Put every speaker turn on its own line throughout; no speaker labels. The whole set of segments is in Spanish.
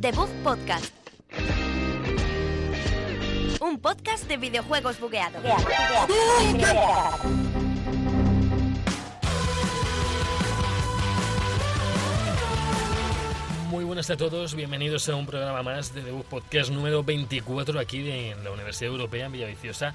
The Bug Podcast. Un podcast de videojuegos bugueado.
Muy buenas a todos, bienvenidos a un programa más de The Book Podcast número 24 aquí de en la Universidad Europea en Villaviciosa.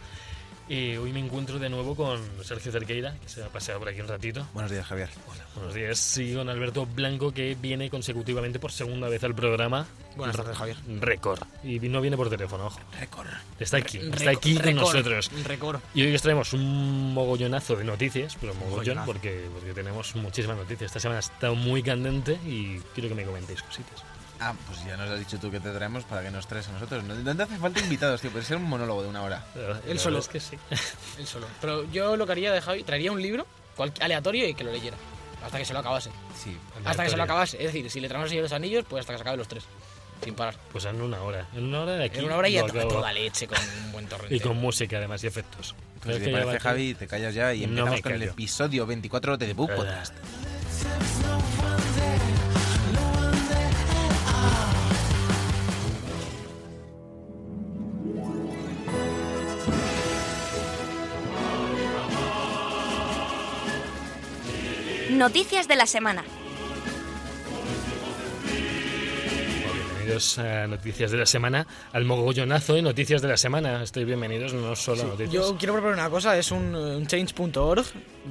Y hoy me encuentro de nuevo con Sergio Cerqueira, que se ha paseado por aquí un ratito.
Buenos días, Javier.
Hola, buenos días. Y con Alberto Blanco, que viene consecutivamente por segunda vez al programa.
Buenas tardes, Javier.
Récord. Y no viene por teléfono, ojo.
Récord.
Está aquí, está
Récord,
aquí con
récord,
nosotros.
Récord.
Y hoy os traemos un mogollonazo de noticias, pero mogollón
Mogollonazo.
porque, porque tenemos muchísimas noticias. Esta semana ha estado muy candente y quiero que me comentéis cositas.
Ah, pues ya nos has dicho tú que te traemos para que nos traes a nosotros. No, no te hace falta invitados, tío, puede ser un monólogo de una hora.
La verdad- la
Él solo.
verdad Es que sí.
Él solo. Pero yo lo que haría de Javi, traería un libro cual- aleatorio y que lo leyera. Hasta que se lo acabase.
Sí.
Hasta que se
Aleatorio.
lo acabase. Es decir, si le traemos el Señor de los Anillos, pues hasta que se acabe los tres. Sin parar.
Pues en una hora. En una hora de aquí.
En una hora y
lo
a to- a
acabo.
toda leche con un buen torrente.
Y con música, además, y efectos. Es
Pues si
que
te
ya va
parece,
todo-
Javi, te callas ya y
No
empezamos
me
con el
callo.
episodio 24 de The Book
Eh,
Podcast.
Noticias de la semana.
Bienvenidos a Noticias de la Semana, al mogollonazo de Noticias de la Semana. Estoy bienvenidos, no solo a Noticias.
Yo quiero proponer una cosa, es un, eh, un change.org,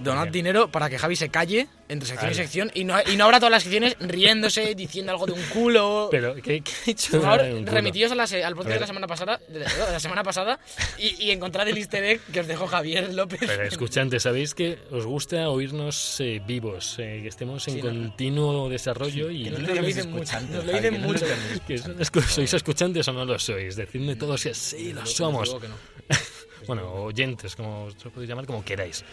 donad
Bien.
dinero para que Javi se calle entre sección y
Vale.
sección y no, y no habrá todas las secciones riéndose, diciendo algo de un culo.
Pero, ¿qué, qué he hecho?
Por favor,
ahora de un culo?
remitíos a la se- al
A
podcast
ver.
de la semana pasada, de la, de la semana pasada y, y encontrad el easter egg que os dejó Javier López.
Pero escuchantes, ¿sabéis que os gusta oírnos eh, vivos? eh, que estemos en
Sí, ¿no?
continuo desarrollo y...
que no
que
nos lo dicen mucho, nos lo dicen mucho.
son- escu- ¿Sois escuchantes o no lo sois? Decidme todos que sí, lo
Os
somos.
digo que no.
Bueno, oyentes, como os lo podéis llamar, como queráis.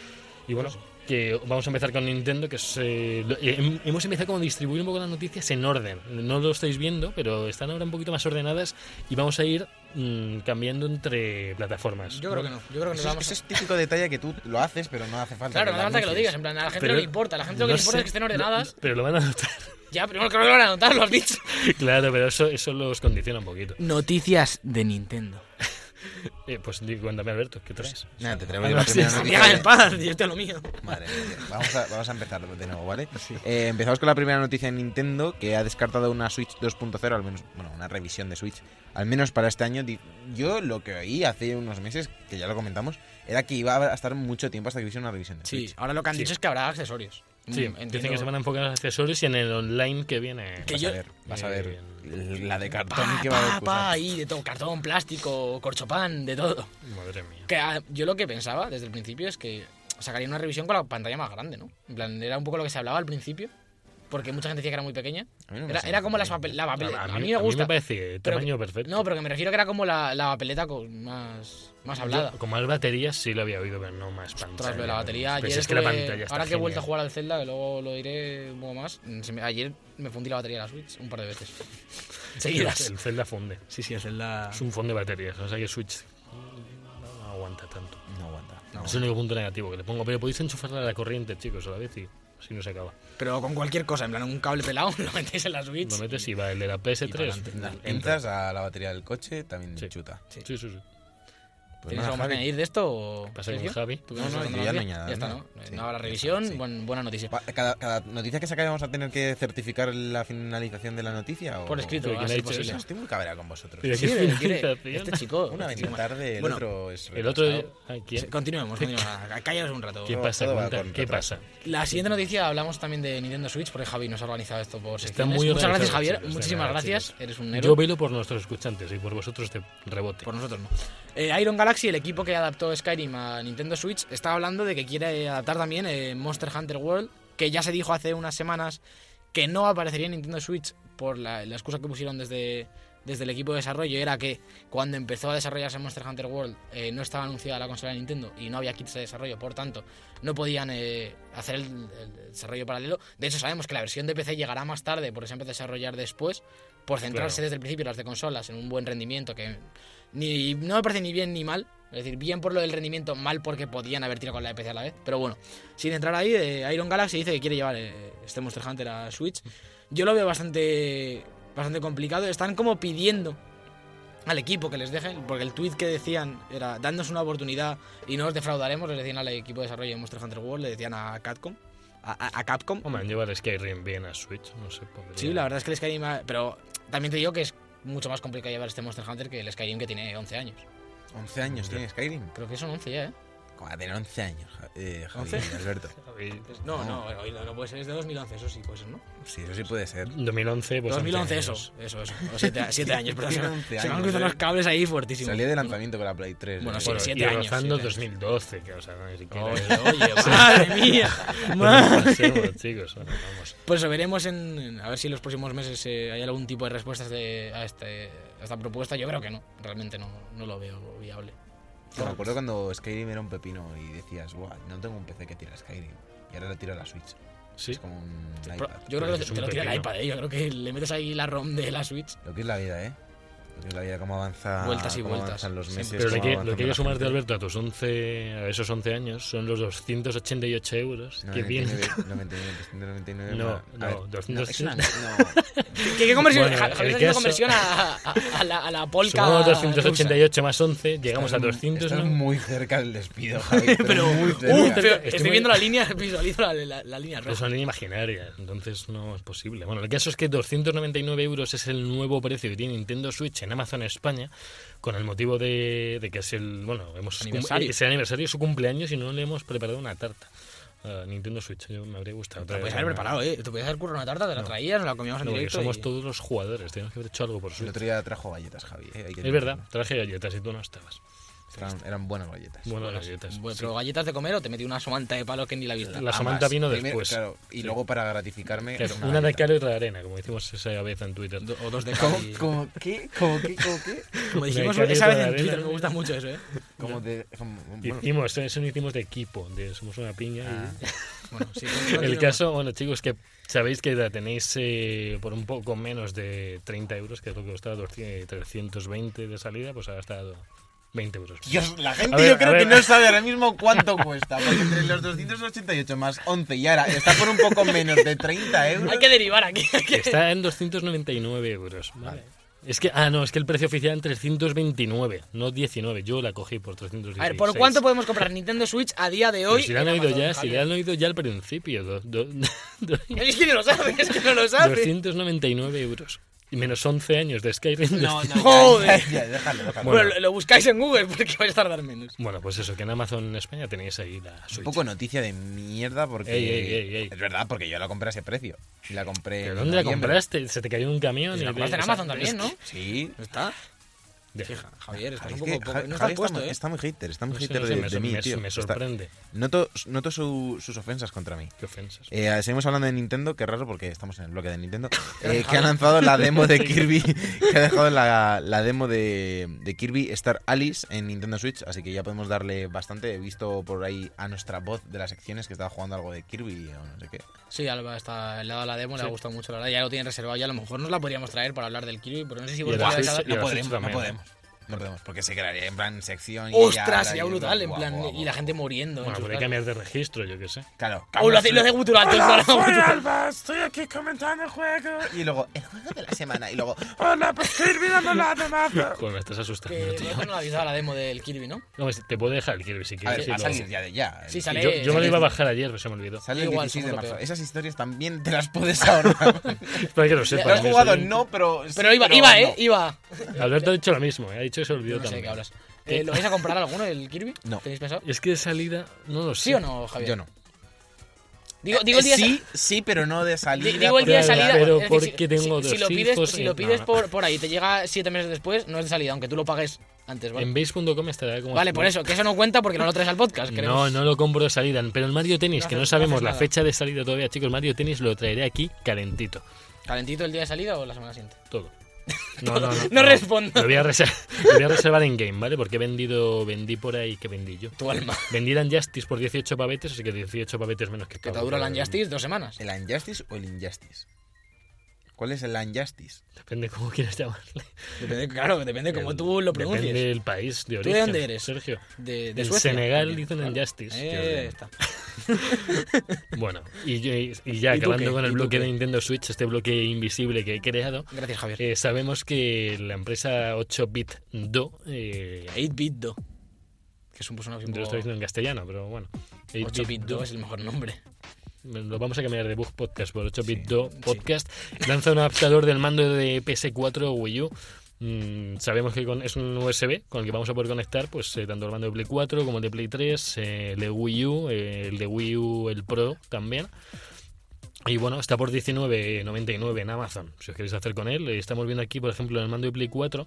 Y bueno, que vamos a empezar con Nintendo, que es, eh, lo- eh, hem- hemos empezado como a distribuir un poco las noticias en orden. No lo estáis viendo, pero están ahora un poquito más ordenadas y vamos a ir mm, cambiando entre plataformas.
Yo creo que no, yo creo que nos
Eso es,
vamos
eso es típico detalle que tú lo haces, pero no hace falta.
Claro, no hace falta que lo digas,
anuncies.
en plan, a la gente
Pero-
no le importa, a la gente lo que
no
le
sé,
importa es que estén
no-
ordenadas.
no, pero lo van a notar.
Ya, primero creo que lo van a anotar, lo has dicho.
Claro, pero eso, eso los condiciona un poquito.
Noticias de Nintendo.
Eh, pues di- cuéntame, Alberto, ¿qué traes?
Nada, te traigo
Ah,
yo
no,
la
sí,
primera
sí,
noticia.
Déjame en paz, y esto es lo mío.
Madre mía. Vamos a, vamos a empezar de nuevo, ¿vale? Eh, empezamos con la primera noticia de Nintendo, que ha descartado una Switch 2.0, al menos, bueno, una revisión de Switch, al menos para este año. Di- Yo lo que oí hace unos meses, que ya lo comentamos, era que iba a estar mucho tiempo hasta que hubiese una revisión de
Sí,
Switch.
ahora lo que han
Sí.
dicho es que habrá accesorios.
Sí,
Mm,
dicen
entiendo.
que se van a enfocar en los accesorios y en el online que viene.
Que
vas
yo-
a ver, vas a
Eh,
ver la de cartón
Pa,
que va a haber
pa, pa,
cosas.
ahí de todo, cartón, plástico, corchopán, de todo.
Madre mía.
Que, ah, yo lo que pensaba desde el principio es que sacaría una revisión con la pantalla más grande, ¿no? En plan, era un poco lo que se hablaba al principio, porque mucha gente decía que era muy pequeña.
A mí no me
Era,
parece
era
muy
como las
pequeña.
papel- la papel-
A
A,
mí-
mí me gusta.
parece
pero
tamaño
que-
perfecto.
No, pero que me refiero que era como la, la papeleta con más, más hablada.
Yo, con más baterías sí lo había oído, pero no más pantalla.
Tras lo de la batería,
Pero
ayer
si es que la
estuve-
pantalla está
Ahora que he vuelto a
genial.
jugar al Zelda, que luego lo diré un poco más, mm, se me- ayer me fundí la batería de la Switch un par de veces. Seguidas.
El Zelda funde.
Sí, sí, el Zelda...
Es un fondo de baterías, o sea que Switch no, no aguanta tanto.
No aguanta. no
Es el
aguanta.
único punto negativo que le pongo. Pero podéis enchufarla a la corriente, chicos, a la vez y así no se acaba.
Pero con cualquier cosa, en plan un cable pelado, lo metéis en la Switch.
Lo metes y va el de la PS3.
Las
entra.
pinzas a la batería del coche también
Sí.
chuta.
Sí, sí, sí.
Pues
¿Tienes
nada,
algo más que
Javi.
añadir de esto? O...
Pasa con
Sergio?
Javi.
¿Tú
No,
tienes
no,
alguna
yo ya no
noticia?
añado
Ya está,
nada.
¿no?
Sí,
No habrá
ya
revisión,
está, sí.
buen- buena noticia.
Va- Cada, cada noticia que saca vamos a tener que certificar la finalización de la noticia o
Por escrito,
Pero ¿quién
a
ha
ser
dicho
posible.
eso?
Estoy muy cabreado con vosotros.
Pero
Sí,
qué
pero quiere-
finalización.
este chico.
Una
este chico-
venta tarde, el
Bueno,
otro es.
El otro.
retrasado.
¿a
Sí,
quién?
Continuemos, continuemos. Cállaos un rato.
¿Qué
Todo-
pasa?
todo va
Cuenta,
con
¿Qué
retraso.
pasa?
La siguiente noticia hablamos también de Nintendo Switch, porque Javi nos ha organizado esto por
Está
secciones.
muy
Muchas gracias,
organizado,
Javier.
chicos, de
Muchísimas
nada,
gracias.
chicos.
Eres un
Yo
héroe.
velo por nuestros escuchantes y por vosotros de rebote.
Por nosotros no. Eh, Iron Galaxy, el equipo que adaptó Skyrim a Nintendo Switch, está hablando de que quiere adaptar también eh, Monster Hunter World, que ya se dijo hace unas semanas que no aparecería en Nintendo Switch por la, la excusa que pusieron desde, desde el equipo de desarrollo, era que cuando empezó a desarrollarse Monster Hunter World eh, no estaba anunciada la consola de Nintendo y no había kits de desarrollo, por tanto no podían eh, hacer el, el desarrollo paralelo. De hecho sabemos que la versión de PC llegará más tarde porque se empezó a desarrollar después, por centrarse
Claro.
desde el principio las de consolas en un buen rendimiento que ni, no me parece ni bien ni mal. Es decir, bien por lo del rendimiento, mal porque podían haber tirado con la de PC a la vez. Pero bueno, sin entrar ahí, eh, Iron Galaxy dice que quiere llevar eh, este Monster Hunter a Switch. Yo lo veo bastante, bastante complicado. Están como pidiendo al equipo que les dejen, porque el tweet que decían era dándonos una oportunidad y no os defraudaremos, le decían al equipo de desarrollo de Monster Hunter World, le decían a Capcom, a, a- a Capcom.
Hombre, han llevado Skyrim bien a Switch, no sé. podría-
Sí, la verdad es que el Skyrim, ha- pero también te digo que es mucho más complicado llevar este Monster Hunter que el Skyrim que tiene 11 años.
11 años tiene Skyrim.
Creo que son 11 ya, ¿eh?
¿Cómo va a tener 11 años, Ja- eh, Javi,
11?
Alberto?
Y
No, no, no, no puede ser, es de 2011, eso sí, puede ser, ¿no?
Sí, eso sí puede ser.
2011, pues.
2011,
11
eso,
años.
eso, eso. O 7 años, perdón. Se,
Tiene
me-
11
se me han
años,
cruzado
¿eh?
los cables ahí fuertísimo.
Salió de lanzamiento con la Play 3.
Bueno,
¿eh?
sí,
Bueno,
siete
y
años,
rozando
siete años.
2012, que, o sea, ni siquiera.
Oye, oye, madre mía.
Bueno,
madre
pasemos, chicos, bueno, vamos.
Pues lo veremos en, en- a ver si en los próximos meses eh, hay algún tipo de respuestas de, a, este- a esta propuesta. Yo creo que no, realmente no, no lo veo viable.
Yo me acuerdo cuando Skyrim era un pepino y decías, guau, no tengo un PC que tira Skyrim. Y ahora lo tiro a la Switch.
Sí.
Es como un
Pro-
iPad.
yo creo
pero
que
es un
te lo tira el
pepino.
iPad, eh, yo creo que le metes ahí la ROM de la Switch.
Lo que es la vida, ¿eh? Lo que es la vida, cómo avanza.
Vueltas y
cómo
vueltas.
avanzan los
Sí,
meses.
Pero lo
cómo
que,
avanza
lo que hay que
la
sumarte,
gente.
Alberto, a tus 11, a esos 11 años, son los 288 euros que vienen.
99, 99, 99,
No,
va.
no,
A ver,
200.
es una- no.
¿Qué, qué conversión?
Bueno,
Ja- Javier
el
está haciendo
caso-
conversión a, a- a la, a la polka.
Sumamos
rusa.
288 más 11, llegamos a
Estás-
200.
estás
¿no?
muy cerca del despido, Javi.
Pero,
muy
uh,
cerca.
pero
Estoy
estoy,
muy-
viendo la línea, visualizo la, la- la línea
Pero
roja.
son líneas imaginarias, entonces no es posible. Bueno, el caso es que 299 euros es el nuevo precio que tiene Nintendo Switch en Amazon España, con el motivo de, de que es el. Bueno, hemos
Aniversario.
es el aniversario de su cumpleaños y no le hemos preparado una tarta. a Nintendo Switch, yo me habría gustado.
Te la puedes
traer
haber
una-
preparado, ¿eh? Te podías haber currado una tarta, te la traías, nos la comíamos en
No, porque
directo.
somos
y-
todos los jugadores, tenemos que haber hecho algo por
El
Switch.
otro día trajo galletas, Javi. eh, hay que
Es verdad,
decirlo.
traje galletas y tú no estabas.
Eran, eran buenas galletas.
Buenas galletas.
Bueno,
sí.
pero galletas de comer o te metí una somanta de palo que ni la vista.
La
Ambas.
Samantha vino
Primero,
después.
claro, y luego para gratificarme.
Claro,
una
una de
galleta.
cal y otra de arena, como hicimos esa vez en Twitter.
Do- o dos de
¿Cómo,
cal y-
cómo qué? ¿Cómo qué? ¿Cómo qué?
Como dijimos
Me cae
esa
otra
vez en
arena.
Twitter, me gusta mucho eso, ¿eh?
¿Cómo te, cómo- bueno,
Hicimos, eso no hicimos de equipo, de somos una piña
Ah,
y
Bueno, sí,
El caso, bueno, chicos, que sabéis que la tenéis eh, por un poco menos de 30 euros, que es lo que costaba 200, 320 de salida, pues ahora está a 20 euros.
Dios, la gente
A ver,
yo creo
a
que
ver.
no sabe ahora mismo cuánto cuesta. Porque entre los 288 más 11 y ahora está por un poco menos de 30 euros.
Hay que derivar aquí. hay que-
Está en 299 euros. ¿vale? Es que, ah, no, es que el precio oficial en 329, no 19. Yo la cogí por 316.
A ver, ¿por cuánto podemos comprar Nintendo Switch a día de
Pero
hoy?
si la
en
han oído
Amazon,
ya, si la
Javier?
han oído ya al principio. do- do- do-
Es que no lo sabe, es que no lo sabe.
299 euros. Y menos 11 años de Skyrim.
No, no, ya,
Joder.
ya, ya, déjalo, déjalo.
Bueno, lo- lo buscáis en Google porque vais a tardar menos.
Bueno, pues eso, que en Amazon España tenéis ahí la Switch.
Un poco noticia de mierda porque.
Ey, ey, ey, ey.
Es verdad, porque yo la compré a ese precio. Y la compré.
¿Pero
en
dónde la
noviembre.
compraste? Se te cayó en un camión.
Y
y
la
te-
compraste en
o sea,
Amazon también, ¿no?
Sí.
¿Está?
Deja.
Javier, estás
Javi,
un
es
poco...
que
poco-
Javi- Javi
no estás
está
puesto,
muy-
¿eh?
está muy hater, está muy
No sé,
hater
no sé,
de,
me,
de mí,
me-
tío.
me
Está-
sorprende.
Noto, noto su- sus ofensas contra mí.
Qué ofensas.
Eh, seguimos hablando de Nintendo, que raro porque estamos en el bloque de Nintendo. eh, que ha lanzado la demo de Kirby. Que ha dejado la, la demo de, de Kirby Star Alice en Nintendo Switch. Así que ya podemos darle bastante. He visto por ahí a nuestra voz de las secciones que estaba jugando algo de Kirby o no sé qué.
Sí, Alba está le ha dado la demo, le ha
Sí.
gustado mucho, la verdad. Ya lo tiene reservado ya. A lo mejor nos la podríamos traer para hablar del Kirby, pero no sé si
Y el
vosotros vais a
Switch-
dar-
y el
No podemos,
Switch también,
no
¿no?
podemos. ¿eh? No podemos, porque se crearía en plan sección. y
¡Ostras!
ya
Sería brutal, en
guau,
plan...
guau,
Y la
guau.
gente muriendo. en
Bueno,
sus
podría
casas.
cambiar de registro, yo qué sé.
Claro.
O lo hace, lo hace Gutural, todo el rato.
estoy aquí comentando el juego. Y luego, el juego de la semana. Y luego,
Ah,
hola, pues Kirby dando la demanda.
Joder, me estás asustando,
Que
tío.
Eh, no nos avisaba la demo del Kirby, ¿no?
No, es- te puedo dejar el Kirby si
A
quieres.
ver, va a
y lo-
salir ya de ya.
Sí,
y
sale.
yo, yo me lo
sale-
iba a bajar ayer, pero se me olvidó.
Sale el
Igual,
16 de
somos lo
marzo.
peor.
Esas historias también te las puedes ahorrar.
Espera que lo sepas.
¿Lo has
que
jugado?
soy-
No, pero. sí,
Pero iba, iba, ¿eh?
no.
Iba.
Alberto ha dicho lo mismo, ¿eh? ha dicho que se
Yo
olvidó
no sé de
también.
qué hablas. Eh, ¿Lo vais a comprar alguno, el Kirby?
No.
¿Tenéis pensado?
Es que de salida, no lo sé.
¿Sí o no, Javier?
Yo no. Eh,
Digo, digo el día
sí, sí, pero no de
Di-
salida.
Digo el día de
porque-
salida.
Pero
es decir,
porque
si-
tengo
si,
dos
si lo pides,
hijos
si
y-
lo
no,
pides
no.
Por, por ahí, te llega siete meses después, no es de salida, aunque tú lo pagues antes, ¿vale?
En base.com estará como.
Vale, por eso, que eso no cuenta porque no lo traes al podcast.
No,
queremos-
no lo compro de salida. Pero el Mario Tennis,
No
que
haces-
no
no
sabemos
haces
la
nada.
fecha de salida todavía, chicos. Mario Tennis lo traeré aquí calentito.
¿Calentito el día de salida o la semana siguiente?
Todo. No, no, no,
No respondo.
Lo voy, a reservar, lo voy a reservar en game, ¿vale? Porque he vendido, vendí por ahí, que vendí yo.
Tu alma.
Vendí el Justice por 18 pavetes, así que 18 pavetes menos que
Que te
pago
dura el
por-
Unjustice dos semanas.
¿El Injustice o el Injustice? ¿Cuál es el Unjustice?
Depende cómo quieras llamarle.
Depende, claro, depende cómo
El-
tú lo pronuncies.
Depende del país de
¿Tú de
origen.
dónde eres?
Sergio.
De, de
Del
Suecia.
Senegal
También,
dicen
claro.
Injustice.
Eh,
que-
está.
Bueno, y, yo- y ya
¿Y tú
acabando
qué?
con
¿Y
el
tú
bloque
qué?
de Nintendo Switch, este bloque invisible que he creado,
Gracias, Javier.
eh, sabemos que la empresa 8-bit Do, eh,
8-bit Do. Que es un personaje un
te lo estoy
poco...
diciendo en castellano, pero bueno.
8-bit Do
Do,
es el mejor nombre.
Lo vamos a cambiar de Bug Podcast por 8-bit
Sí,
Do Podcast. Lanza un adaptador del mando de PS4 o Wii U. Mm, sabemos que con- es un USB con el que vamos a poder conectar pues eh, tanto el mando de Play 4 como el de Play 3, eh, el de Wii U, eh, el de Wii U, el Pro también. Y bueno, está por 19.99 en Amazon, si os queréis hacer con él. Eh, Estamos viendo aquí, por ejemplo, en el mando de Play 4.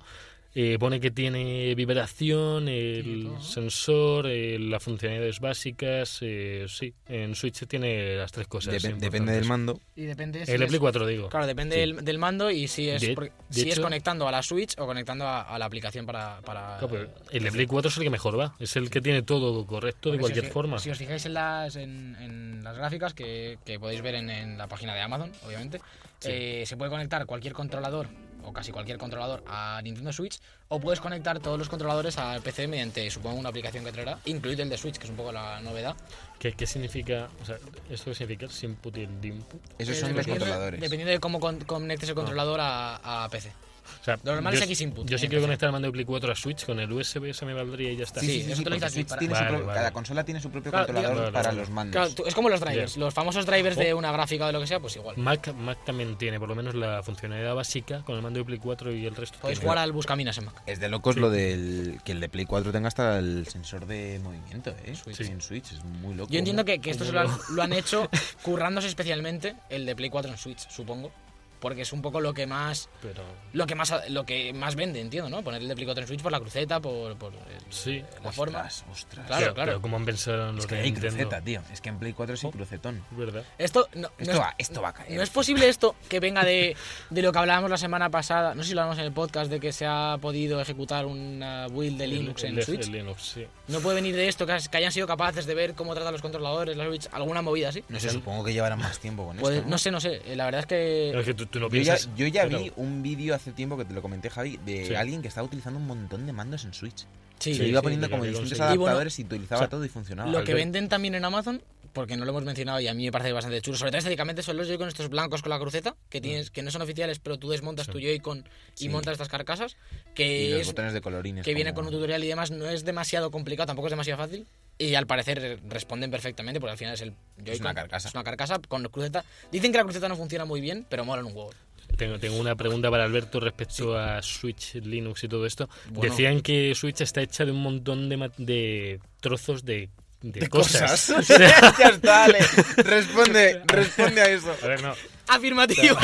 eh, pone que tiene vibración, el sensor, eh, las funcionalidades básicas. eh, sí, en Switch tiene las tres cosas.
Depe-
importantes.
depende del mando.
Y depende
El de Play 4, digo.
Claro, depende
Sí.
del, del mando y si es,
De-
porque-
de
si es
hecho-
conectando a la Switch o conectando a, a la aplicación para... para
Claro, pero Ah, pues, el de Play 4 es el que mejor va. Es el que tiene todo correcto de
Porque si os
cualquier
fi-
forma.
Si os fijáis en las, en, en las gráficas que, que podéis ver en, en la página de Amazon, obviamente,
Sí.
eh, se puede conectar cualquier controlador o casi cualquier controlador a Nintendo Switch o puedes conectar todos los controladores al PC mediante, supongo, una aplicación que traerá, incluido el de Switch, que es un poco la novedad.
¿Qué, qué significa? O sea, ¿esto qué significa? Sin putin dimpu.
Esos
Eh,
son los
dependiendo-
controladores.
Dependiendo de cómo con- conectes
Ah.
el controlador a, a PC.
O sea,
Lo normal
yo
es
si-
X input,
Yo
en
sí quiero
PC.
conectar el mando de Play 4 a Switch con el USB, eso me valdría y ya está.
Sí, eso te lo
porque
hice aquí
Switch
para-
tiene su
Vale,
propio-
vale.
Cada consola tiene su propio
Claro,
controlador
digamos-
para
Vale,
los mandos.
Claro, tú- es como los drivers,
Ya.
los famosos drivers de una gráfica o de lo que sea, pues igual.
Mac, Mac también tiene por lo menos la funcionalidad básica con el mando de Play 4 y el resto.
Podéis
tiene-
jugar al Buscaminas en Mac.
Es de locos
Sí.
lo del que el de Play 4 tenga hasta el sensor de movimiento, ¿eh? Switch.
Sí.
En Switch, es muy loco.
Yo entiendo que, que esto se lo, han,
Como
lo han hecho currándose especialmente el de Play 4 en Switch, supongo. Porque es un poco lo que más
Pero
lo que más lo que más vende, entiendo, ¿no? Poner el de Play 4 en Switch por la cruceta, por, por el-
sí.
la forma.
Ostras, ostras.
Claro,
Pero-
claro.
Pero cómo han pensado en los
Es que
de
hay
Nintendo.
cruceta, tío. Es que en Play 4 sí crucetón.
¿Verdad?
Esto no, no
Esto
Oh. es,
va, esto va a caer.
no es posible esto que venga de, de lo que hablábamos la semana pasada, no sé si lo hablamos en el podcast, de que se ha podido ejecutar una build de Linux
El-
en
el-
Switch. Eh,
el Linux, sí.
No puede venir de esto, que, has- que hayan sido capaces de ver cómo tratan los controladores, la Switch, alguna movida así.
No sé, supongo que llevarán más tiempo con
Puede-
esto.
no sé, no sé. eh, La verdad es
Pero
que.
es que tú, tú no
Yo ya,
piensas.
yo ya
Claro.
vi un vídeo hace tiempo que te lo comenté, Javi, de
Sí.
alguien que estaba utilizando un montón de mandos en Switch.
Sí,
Se iba
sí,
poniendo
lo
como
que
distintos
conseguí.
Y bueno,
adaptadores y utilizaba
o sea,
todo y funcionaba.
Lo que
Albert.
venden también en Amazon, porque no lo hemos mencionado y a mí me parece bastante chulo, sobre todo estéticamente, son los Joy-Con estos blancos con la cruceta, que tienes que no son oficiales, pero tú desmontas
Sí.
tu Joy-Con y
Mm. Sí.
montas estas carcasas,
y los
que, es-
botones de colorines.
que viene con
como-
un tutorial y demás, no es demasiado complicado, tampoco es demasiado fácil, y al parecer responden perfectamente, porque al final es el Joy-Con.
una carcasa.
Es una carcasa con cruceta. Dicen que la cruceta no funciona muy bien, pero mola un huevo.
Tengo, tengo una pregunta para Alberto respecto a Switch, Linux y todo esto.
Bueno.
Decían que Switch está hecha de un montón de, ma- de trozos de, de cosas.
cosas. ya está, Ale. Responde, responde a eso.
A ver, no.
¡Afirmativo!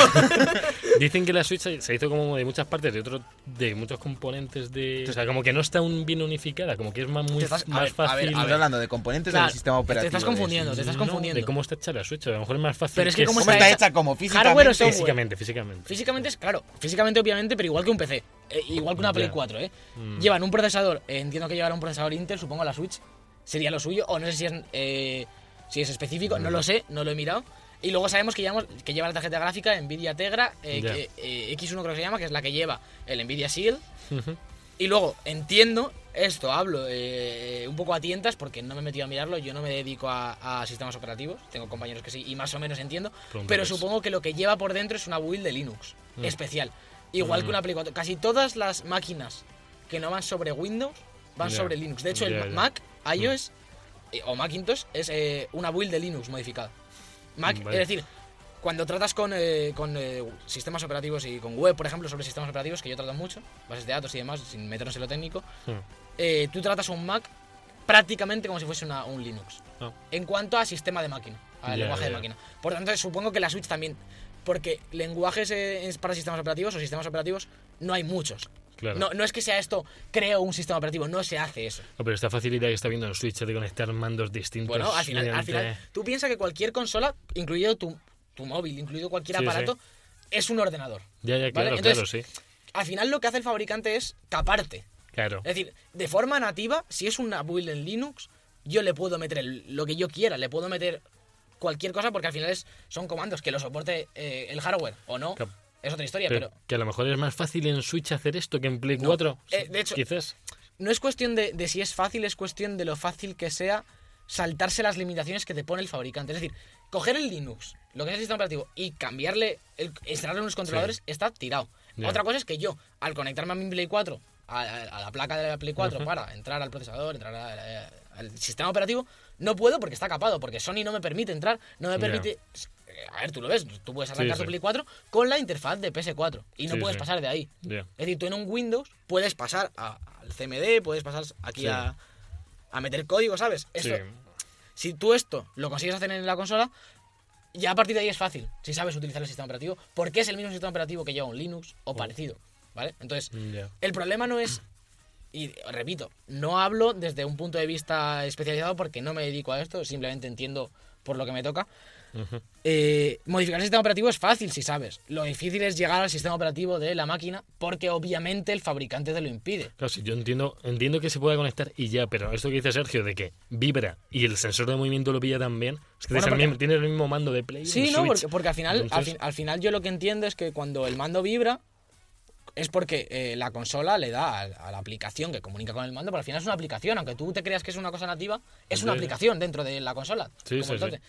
Dicen que la Switch se se hizo como de muchas partes, de otro, de muchos componentes de. O sea, como que no está un bien unificada, como que es más, muy,
Te estás- a
más
ver, a ver,
fácil.
Estamos Eh, hablando de componentes
Claro,
del sistema
te
operativo.
estás
de
confundiendo, te
Switch.
estás
No,
confundiendo.
de cómo está hecha la Switch. A lo mejor es más fácil.
Pero es que cómo
¿Cómo
sea-
está hecha como físicamente?
Hardware o software.
Físicamente, físicamente.
Físicamente es claro, físicamente obviamente, pero igual que un PC, eh, igual que una Play
Ya.
4, ¿eh?
Mm.
Llevan un procesador, eh, entiendo que llevará un procesador Intel, supongo la Switch, sería lo suyo, o no sé si es, eh, si es específico, no
Mm.
lo sé, no lo he mirado. Y luego sabemos que, llevamos, que lleva la tarjeta gráfica Nvidia Tegra, eh,
Ya.
que, eh, X1 creo que se llama, que es la que lleva el Nvidia Shield.
Ujú.
Y luego, entiendo, esto hablo eh, un poco a tientas porque no me he metido a mirarlo, yo no me dedico a, a sistemas operativos, tengo compañeros que sí, y más o menos entiendo,
Pregúntales.
pero supongo que lo que lleva por dentro es una build de Linux,
Mm.
especial. Igual que
Mm.
una Play 4. Casi todas las máquinas que no van sobre Windows van
Ya.
sobre Linux. De hecho,
Ya, Mm.
el
ya.
Mac, iOS eh, o Macintosh es eh, una build de Linux modificada. Mac,
Vale.
es decir, cuando tratas con, eh, con eh, sistemas operativos y con web, por ejemplo, sobre sistemas operativos, que yo trato mucho, bases de datos y demás, sin meternos en lo técnico,
Mm.
eh, tú tratas un Mac prácticamente como si fuese una- un Linux.
Ah.
En cuanto a sistema de máquina, al
Ya,
lenguaje de
ya.
máquina. Por tanto, supongo que la Switch también. Porque lenguajes eh, es para sistemas operativos o sistemas operativos no hay muchos.
Claro.
No, no es que sea esto, creo un sistema operativo, no se hace eso.
No, pero esta facilidad que está viendo en Switch de conectar mandos distintos.
Bueno, al final, al
mediante-
final tú piensas que cualquier consola, incluido tu, tu móvil, incluido cualquier
Sí, sí.
aparato, es un ordenador.
Ya, ya,
Vale,
claro, claro,
entonces-
sí.
Al final lo que hace el fabricante es taparte.
Claro.
Es decir, de forma nativa, si es una build en Linux, yo le puedo meter el- lo que yo quiera, le puedo meter cualquier cosa porque al final es- son comandos que lo soporte eh, el hardware o no.
Claro.
es otra historia,
Pero
pero,
que a lo mejor es más fácil en Switch hacer esto que en Play
No.
4.
Eh, de hecho-
quizás.
no es cuestión de, de si es fácil, es cuestión de lo fácil que sea saltarse las limitaciones que te pone el fabricante. Es decir, coger el Linux, lo que es el sistema operativo, y cambiarle, el, instalarle unos controladores, está tirado.
Ya.
Otra cosa es que yo, al conectarme a mi Play 4, a, a- a la placa de la Play 4, para entrar al procesador, entrar a- a- eh, al sistema operativo, no puedo porque está capado, porque Sony no me permite entrar, no me
Ya.
permite... A ver, tú lo ves, tú puedes
Sí,
arrancar
sí.
tu Play 4 con la interfaz de PS4 y no
Sí,
puedes
sí.
pasar de ahí.
Ya.
Es decir, tú en un Windows puedes pasar a- al CMD, puedes pasar aquí
Sí.
a, a meter código, ¿sabes?
Sí.
Esto- Si tú esto lo consigues hacer en la consola, ya a partir de ahí es fácil, si sabes utilizar el sistema operativo, porque es el mismo sistema operativo que lleva un Linux o parecido, ¿vale? Entonces,
Oh. Mm, Ya.
el problema no es, y repito, no hablo desde un punto de vista especializado porque no me dedico a esto, simplemente entiendo por lo que me toca.
Ujú.
Eh, modificar el sistema operativo es fácil si sabes. Lo difícil es llegar al sistema operativo de la máquina porque obviamente el fabricante te lo impide.
Claro, sí, yo entiendo, entiendo que se pueda conectar y ya, pero esto que dice Sergio de que vibra y el sensor de movimiento lo pilla también, es que
Bueno,
también
porque-
tiene el mismo mando de Play. y
Sí,
de
no,
Switch.
porque, porque al, final, al,
Entonces-
fin- al final yo lo que entiendo es que cuando el mando vibra es porque eh, la consola le da a, a la aplicación que comunica con el mando, pero al final es una aplicación, aunque tú te creas que es una cosa nativa, es una
Entonces-
aplicación dentro de la consola.
Sí,
como
sí,
el
sí.
tote.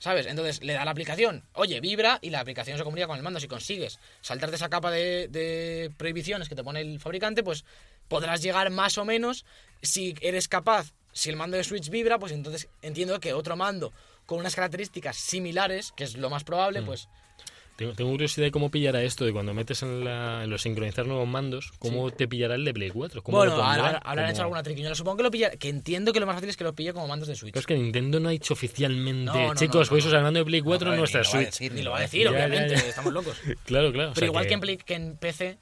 ¿Sabes? Entonces le da la aplicación, oye, vibra y la aplicación se comunica con el mando. Si consigues saltarte esa capa de, de prohibiciones que te pone el fabricante, pues podrás llegar más o menos si eres capaz. Si el mando de Switch vibra, pues entonces entiendo que otro mando con unas características similares, que es lo más
Mm.
probable, pues
Tengo, tengo curiosidad de cómo pillará esto de cuando metes en, la, en los sincronizar nuevos mandos, cómo te pillará el de Play 4. ¿Cómo
bueno,
lo pondrá?
ahora, ahora habrán
¿Cómo-
hecho alguna triquiñuela. Supongo que lo pilla, que entiendo que lo más fácil es que lo pille como mandos de Switch.
Pero es que Nintendo no ha dicho oficialmente,
No, no, no,
chicos,
no,
vais a
no.
usar el mando de Play 4
No,
en
ni
nuestra
lo va a
Switch.
decir,
Ni lo va a
Ya,
decir,
ya,
obviamente,
ya.
estamos locos.
Claro, claro. o
Pero
sea
igual que...
que-
en Play- que en PC,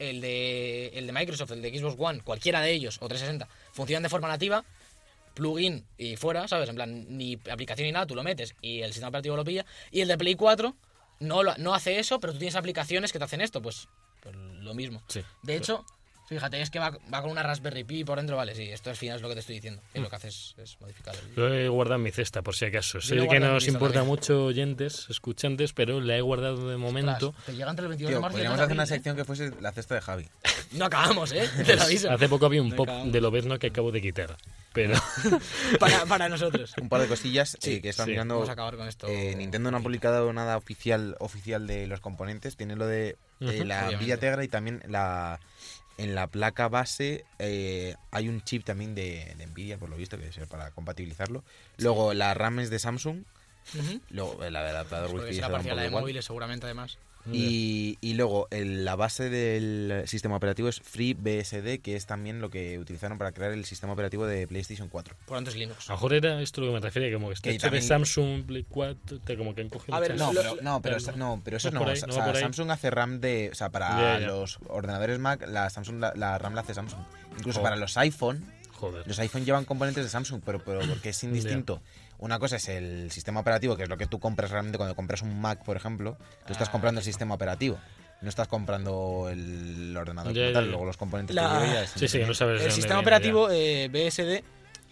el de, el de Microsoft, el de Xbox One, cualquiera de ellos, o 360, funcionan de forma nativa, plugin y fuera, ¿sabes? En plan, ni aplicación ni nada, tú lo metes y el sistema operativo lo pilla. Y el de Play 4 no, lo- no hace eso, pero tú tienes aplicaciones que te hacen esto, pues, pues lo mismo.
Sí.
De hecho, fíjate, es que va, va con una Raspberry Pi por dentro, vale, sí, esto al final es lo que te estoy diciendo.
Mm.
que lo que haces es modificar el...
Lo he guardado en mi cesta, por si acaso. Sé
lo he
que
guardado en
no
mi
os
cesta
importa
también.
mucho oyentes, escuchantes, pero la he guardado de momento.
Ostras, Te llega entre el 22 de
Tío,
marzo y el
podríamos
3 de
hacer una
abril, ¿eh?
sección que fuese la cesta de Javi.
No acabamos, ¿eh? Te lo aviso.
Hace poco había un
Me
pop
cago.
de Lobezno que acabo de quitar. Pero
Para, para nosotros.
Un par de cosillas
Sí,
eh, que están
sí.
mirando.
Vamos a acabar con esto.
Eh, Nintendo no ha publicado nada oficial oficial de los componentes. Tiene lo de eh,
Ujú.
la
Obviamente.
Villa Tegra y también la en la placa base eh, hay un chip también de, de Nvidia, por lo visto, que debe ser para compatibilizarlo. Luego la RAM es de Samsung.
Ujú.
Luego eh, la del adaptador
Porque
Wi-Fi.
será
eso da un
parcial
poco
la de
igual.
móviles, seguramente, además.
Y, y luego el- la base del sistema operativo es FreeBSD, que es también lo que utilizaron para crear el sistema operativo de PlayStation 4.
Por antes Linux.
Ah,
a lo mejor era esto lo que me refería, como que está
Que
hecho de
también-
Samsung, Play 4, te- como que han cogido...
A ver,
muchas-
No,
Lo-
pero, no, pero, esa- no, pero eso
No
no.
es por ahí,
o sea,
no va por ahí.
Samsung hace RAM de. O sea, para
Ya, ya.
los ordenadores Mac, la, Samsung, la, la RAM la hace Samsung. Incluso
Joder.
para los iPhone,
Joder.
los iPhone llevan componentes de Samsung, pero, pero porque es indistinto. Una cosa es el sistema operativo, que es lo que tú compras realmente cuando compras un Mac, por ejemplo. Tú estás
Ah,
comprando el sistema operativo. No estás comprando el ordenador
Ya,
como
ya,
tal,
ya.
luego los componentes
La-
que lleva ya es
Sí, sí, no sabes de
El
dónde
sistema
viene, ya.
operativo eh, BSD,